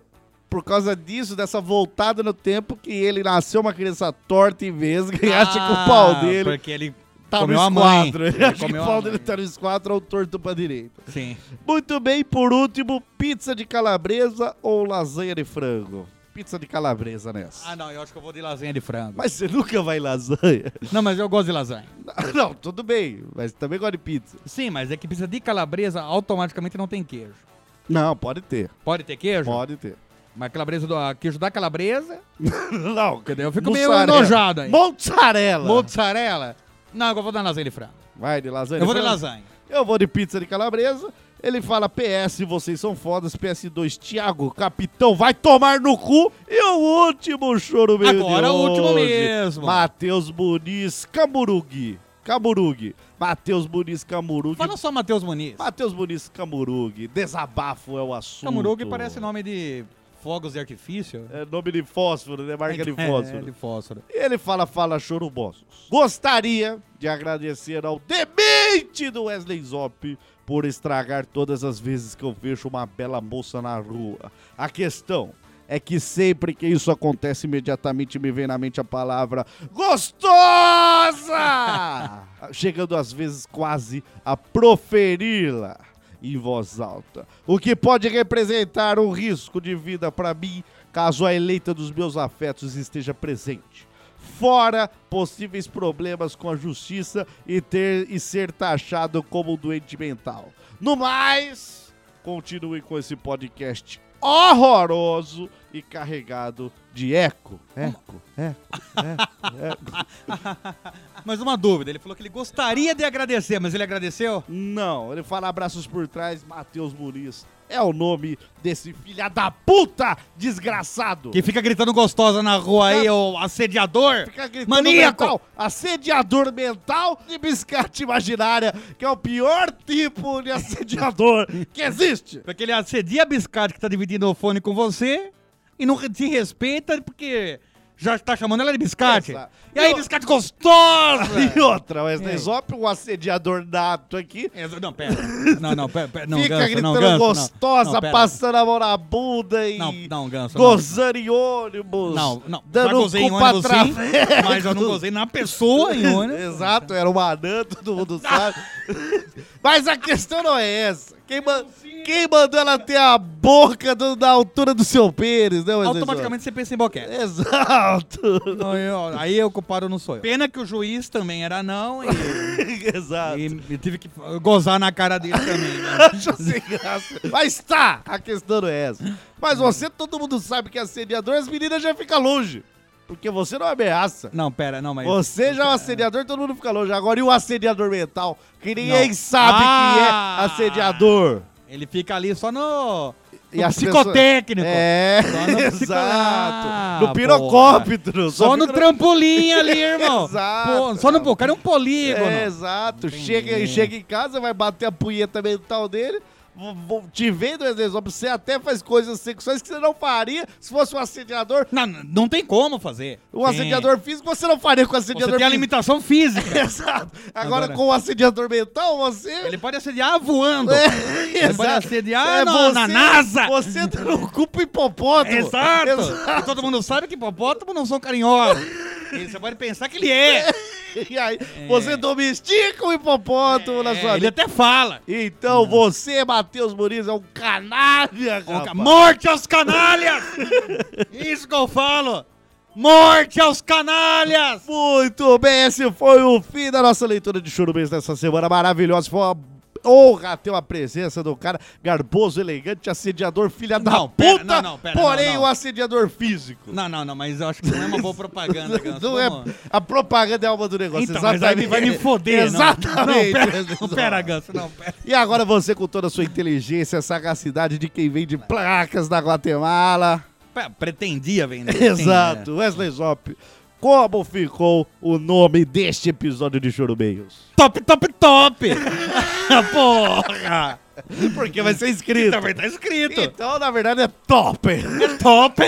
[SPEAKER 2] por causa disso, dessa voltada no tempo que ele nasceu uma criança torta e vesga e acha que o pau dele
[SPEAKER 3] Ah, Porque ele
[SPEAKER 2] tá
[SPEAKER 3] comeu
[SPEAKER 2] no
[SPEAKER 3] a mãe.
[SPEAKER 2] esquadro. Ele
[SPEAKER 3] Ele
[SPEAKER 2] acha que
[SPEAKER 3] comeu
[SPEAKER 2] o
[SPEAKER 3] a
[SPEAKER 2] pau
[SPEAKER 3] mãe.
[SPEAKER 2] dele tá no esquadro ou torto pra direita.
[SPEAKER 3] Sim.
[SPEAKER 2] Muito bem, por último, pizza de calabresa ou lasanha de frango? Pizza de calabresa nessa.
[SPEAKER 3] Ah, não, eu acho que eu vou de lasanha de frango.
[SPEAKER 2] Mas você nunca vai em lasanha?
[SPEAKER 3] Não, mas eu gosto de lasanha.
[SPEAKER 2] Não, tudo bem, mas também gosta de pizza.
[SPEAKER 3] Sim, mas é que pizza de calabresa automaticamente não tem queijo.
[SPEAKER 2] Não, pode ter,
[SPEAKER 3] Pode ter queijo?
[SPEAKER 2] pode ter.
[SPEAKER 3] Mas calabresa do, a queijo da calabresa,
[SPEAKER 2] Não,
[SPEAKER 3] Porque daí eu fico meio enojado aí.
[SPEAKER 2] Mozzarella.
[SPEAKER 3] mozzarela. Não, agora eu vou dar lasanha de frango.
[SPEAKER 2] Vai de lasanha.
[SPEAKER 3] Eu vou de
[SPEAKER 2] frango?
[SPEAKER 3] lasanha.
[SPEAKER 2] Eu vou de pizza de calabresa. Ele fala PS, vocês são fodas. PS2, Thiago, capitão, vai tomar no cu. E o último choro meu
[SPEAKER 3] Agora
[SPEAKER 2] de
[SPEAKER 3] o último
[SPEAKER 2] hoje,
[SPEAKER 3] mesmo.
[SPEAKER 2] Matheus Muniz Camurugui. Camurugui. Matheus Muniz Camurugui.
[SPEAKER 3] Fala só Matheus Muniz.
[SPEAKER 2] Matheus Muniz Camurugui. Desabafo é o assunto.
[SPEAKER 3] Camurugue parece nome de fogos de artifício.
[SPEAKER 2] É nome de fósforo, né? Marca de
[SPEAKER 3] É,
[SPEAKER 2] fósforo.
[SPEAKER 3] de fósforo.
[SPEAKER 2] Ele fala, fala, chorubossos. Gostaria de agradecer ao demente do Wesley Zop por estragar todas as vezes que eu vejo uma bela moça na rua. A questão é que sempre que isso acontece, imediatamente me vem na mente a palavra gostosa! Chegando às vezes quase a proferi-la em voz alta, o que pode representar um risco de vida para mim caso a eleita dos meus afetos esteja presente. Fora possíveis problemas com a justiça e ter e ser taxado como um doente mental. No mais, continue com esse podcast horroroso e carregado de eco. Eco, É? eco.
[SPEAKER 3] Mas uma dúvida, ele falou que ele gostaria de agradecer, mas ele agradeceu?
[SPEAKER 2] Não, ele fala abraços por trás, Matheus Muniz. É o nome desse filha da puta desgraçado.
[SPEAKER 3] Que fica gritando gostosa na rua aí, o assediador.
[SPEAKER 2] Fica gritando
[SPEAKER 3] Maníaco.
[SPEAKER 2] mental, assediador mental de biscate imaginária, que é o pior tipo de assediador que existe.
[SPEAKER 3] Porque ele assedia a biscate que tá dividindo o fone com você e não te respeita porque já tá chamando ela de biscate.
[SPEAKER 2] Exato.
[SPEAKER 3] E aí,
[SPEAKER 2] Eu-
[SPEAKER 3] biscate gostosa!
[SPEAKER 2] E outra, Wesley
[SPEAKER 3] É.
[SPEAKER 2] Zop, um assediador nato aqui,
[SPEAKER 3] É, Não, pera. Não, não, pera. pera não,
[SPEAKER 2] fica
[SPEAKER 3] ganso,
[SPEAKER 2] gritando
[SPEAKER 3] não, ganso, não.
[SPEAKER 2] gostosa,
[SPEAKER 3] Não, pera.
[SPEAKER 2] passando a mão na bunda e
[SPEAKER 3] Não, não, ganso. não.
[SPEAKER 2] gozando em ônibus,
[SPEAKER 3] Não, não. Já
[SPEAKER 2] dando
[SPEAKER 3] gozei em
[SPEAKER 2] culpa
[SPEAKER 3] ônibus sim,
[SPEAKER 2] através.
[SPEAKER 3] mas eu não gozei na pessoa em ônibus.
[SPEAKER 2] Exato, era uma anã, todo mundo sabe. Mas a questão não é essa. Quem, ma- quem mandou ela ter a boca do- da altura do seu pênis, né, Wesley Zop?
[SPEAKER 3] Automaticamente você pensa em boquete.
[SPEAKER 2] Exato.
[SPEAKER 3] Não, eu- aí é o culpado não sou eu. Pena que o juiz também era não e,
[SPEAKER 2] Exato.
[SPEAKER 3] e eu tive que gozar na cara dele também. né?
[SPEAKER 2] Acho sem graça. Mas tá, a questão não é essa. Mas você, todo mundo sabe que é assediador, as meninas já ficam longe. Porque você não ameaça.
[SPEAKER 3] Não, pera, não, mas...
[SPEAKER 2] Você já é um assediador, todo mundo fica longe. Agora, e o assediador mental? Que ninguém
[SPEAKER 3] Não.
[SPEAKER 2] sabe
[SPEAKER 3] Ah!
[SPEAKER 2] que é assediador.
[SPEAKER 3] Ele fica ali só no,
[SPEAKER 2] E
[SPEAKER 3] no
[SPEAKER 2] as
[SPEAKER 3] psicotécnico.
[SPEAKER 2] É,
[SPEAKER 3] Só no psico- Ah,
[SPEAKER 2] exato. No
[SPEAKER 3] porra.
[SPEAKER 2] pirocóptero.
[SPEAKER 3] Só, no
[SPEAKER 2] fica
[SPEAKER 3] trampolim ali, irmão.
[SPEAKER 2] Exato.
[SPEAKER 3] Pô, só no... pô, O cara é um polígono.
[SPEAKER 2] É, exato.
[SPEAKER 3] Entendi.
[SPEAKER 2] Chega, chega em casa, vai bater a punheta mental dele. vo- vo- Te vendo, Exop, você até faz coisas sexuais que você não faria se fosse um assediador.
[SPEAKER 3] Não, não tem como fazer.
[SPEAKER 2] Um
[SPEAKER 3] Tem.
[SPEAKER 2] assediador físico, você não faria com um
[SPEAKER 3] Você
[SPEAKER 2] assediador
[SPEAKER 3] tem a
[SPEAKER 2] físico.
[SPEAKER 3] limitação física.
[SPEAKER 2] Exato. Agora,
[SPEAKER 3] Agora-
[SPEAKER 2] com o assediador mental, você.
[SPEAKER 3] Ele pode assediar voando.
[SPEAKER 2] É,
[SPEAKER 3] pode
[SPEAKER 2] exato.
[SPEAKER 3] assediar no- na NASA.
[SPEAKER 2] Você tá não culpa o hipopótamo.
[SPEAKER 3] Exato.
[SPEAKER 2] Exato.
[SPEAKER 3] E todo mundo sabe que hipopótamo não são carinhosos. E você pode pensar que ele é.
[SPEAKER 2] E aí, você domestica o hipopótamo na sua
[SPEAKER 3] É, ele
[SPEAKER 2] vida.
[SPEAKER 3] até fala.
[SPEAKER 2] Então você, Matheus Muniz, é um canalha,
[SPEAKER 3] Coloca,
[SPEAKER 2] cara.
[SPEAKER 3] Morte aos canalhas! Isso que eu falo! Morte aos canalhas!
[SPEAKER 2] Muito bem, esse foi o fim da nossa leitura de churubês dessa semana maravilhosa. Foi uma honra ter uma presença do cara garboso, elegante, assediador, filha da
[SPEAKER 3] Não,
[SPEAKER 2] puta,
[SPEAKER 3] pera, não, não, pera,
[SPEAKER 2] porém
[SPEAKER 3] não, não.
[SPEAKER 2] um assediador físico.
[SPEAKER 3] Não, não, não, mas eu acho que não é uma boa propaganda, Ganso.
[SPEAKER 2] Não é,
[SPEAKER 3] Vamos-
[SPEAKER 2] a propaganda é alma do negócio,
[SPEAKER 3] Então, mas
[SPEAKER 2] exatamente.
[SPEAKER 3] aí ele vai me foder. não.
[SPEAKER 2] Exatamente.
[SPEAKER 3] Não, pera, não, pera, Ganso, não, pera.
[SPEAKER 2] E agora você com toda a sua inteligência, sagacidade de quem vem de placas da Guatemala.
[SPEAKER 3] Pera, Pretendia vender. sim,
[SPEAKER 2] Exato, Wesley Zop. Como ficou o nome deste episódio de Chorubeiros?
[SPEAKER 3] né? Top, top, top! Porra!
[SPEAKER 2] Ah, Porque vai ser escrito.
[SPEAKER 3] Também tá escrito.
[SPEAKER 2] Então, na verdade, é top.
[SPEAKER 3] É top,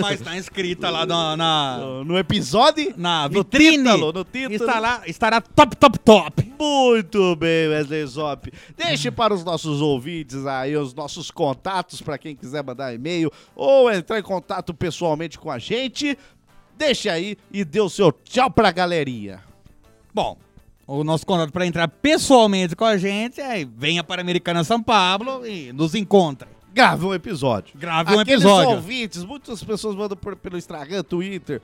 [SPEAKER 3] mas tá escrita lá na... na...
[SPEAKER 2] No episódio,
[SPEAKER 3] na
[SPEAKER 2] no
[SPEAKER 3] vitrine
[SPEAKER 2] título, no título.
[SPEAKER 3] Está lá, estará top, top, top.
[SPEAKER 2] Muito bem, Wesley Zop. Deixe para os nossos ouvintes aí os nossos contatos para quem quiser mandar e-mail ou entrar em contato pessoalmente com a gente. Deixe aí e dê o seu tchau pra galeria.
[SPEAKER 3] Bom, o nosso contato para entrar pessoalmente com a gente é venha para Americana São Paulo e nos encontre.
[SPEAKER 2] Grave um episódio.
[SPEAKER 3] Grave um
[SPEAKER 2] Aqueles
[SPEAKER 3] episódio.
[SPEAKER 2] ouvintes, muitas pessoas mandam por- pelo Instagram, Twitter.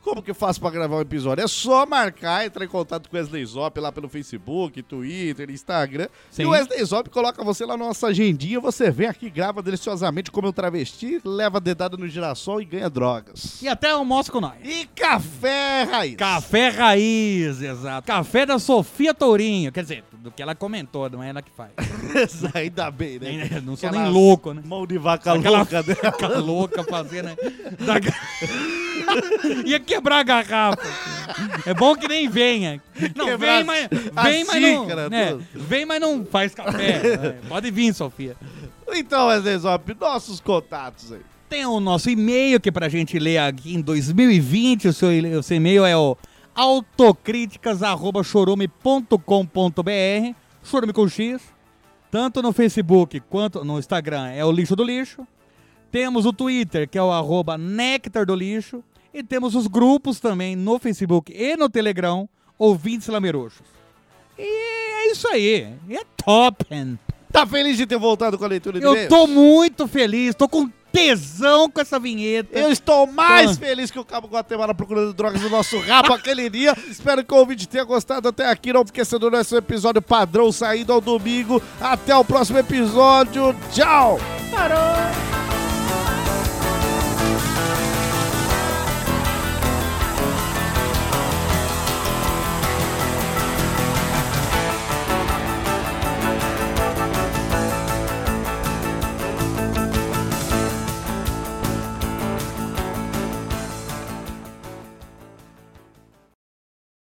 [SPEAKER 2] Como que eu faço pra gravar um episódio? É só marcar, entrar em contato com o Wesley Zop lá pelo Facebook, Twitter, Instagram.
[SPEAKER 3] Sim.
[SPEAKER 2] E o Wesley Zop coloca você lá na nossa agendinha, você vem aqui, grava deliciosamente como um travesti, leva dedada no girassol e ganha drogas.
[SPEAKER 3] E até almoço com nós.
[SPEAKER 2] E café, Raiz!
[SPEAKER 3] Café Raiz, exato. Café da Sofia Tourinho. Quer dizer, do que ela comentou, não é ela que faz.
[SPEAKER 2] Ainda bem, né?
[SPEAKER 3] É, Não sou
[SPEAKER 2] Aquela
[SPEAKER 3] nem louco, né?
[SPEAKER 2] Mão de vaca
[SPEAKER 3] Aquela
[SPEAKER 2] louca né? dela.
[SPEAKER 3] fica louca fazendo. né? Da... ga- Ia quebrar a garrafa. É bom que nem venha. Não,
[SPEAKER 2] Quebrar
[SPEAKER 3] vem, mas.
[SPEAKER 2] a
[SPEAKER 3] Vem, mas não.
[SPEAKER 2] xícara,
[SPEAKER 3] né?
[SPEAKER 2] tudo.
[SPEAKER 3] Vem, mas não faz café. É, Pode vir, Sofia.
[SPEAKER 2] Então, Wesley Zop, nossos contatos aí.
[SPEAKER 3] Tem o nosso e-mail que é pra gente ler aqui em 2020. O seu, e- o seu e-mail é o autocríticas.chorume.com.br Chorume com X. Tanto no Facebook quanto no Instagram é o Lixo do Lixo. Temos o Twitter, que é o arroba Nectar do Lixo. E temos os grupos também no Facebook e no Telegram, ouvintes lameroxos. E é isso aí. É top, hein?
[SPEAKER 2] Tá feliz de ter voltado com a leitura de
[SPEAKER 3] Eu
[SPEAKER 2] e-mails?
[SPEAKER 3] tô muito feliz, tô com tesão com essa vinheta.
[SPEAKER 2] Eu estou mais
[SPEAKER 3] Tô.
[SPEAKER 2] feliz que o Cabo Guatemala procurando drogas no nosso rabo aquele dia. Espero que o ouvinte tenha gostado até aqui. Não esqueça do nosso episódio padrão saindo ao domingo. Até o próximo episódio. Tchau!
[SPEAKER 4] Parou!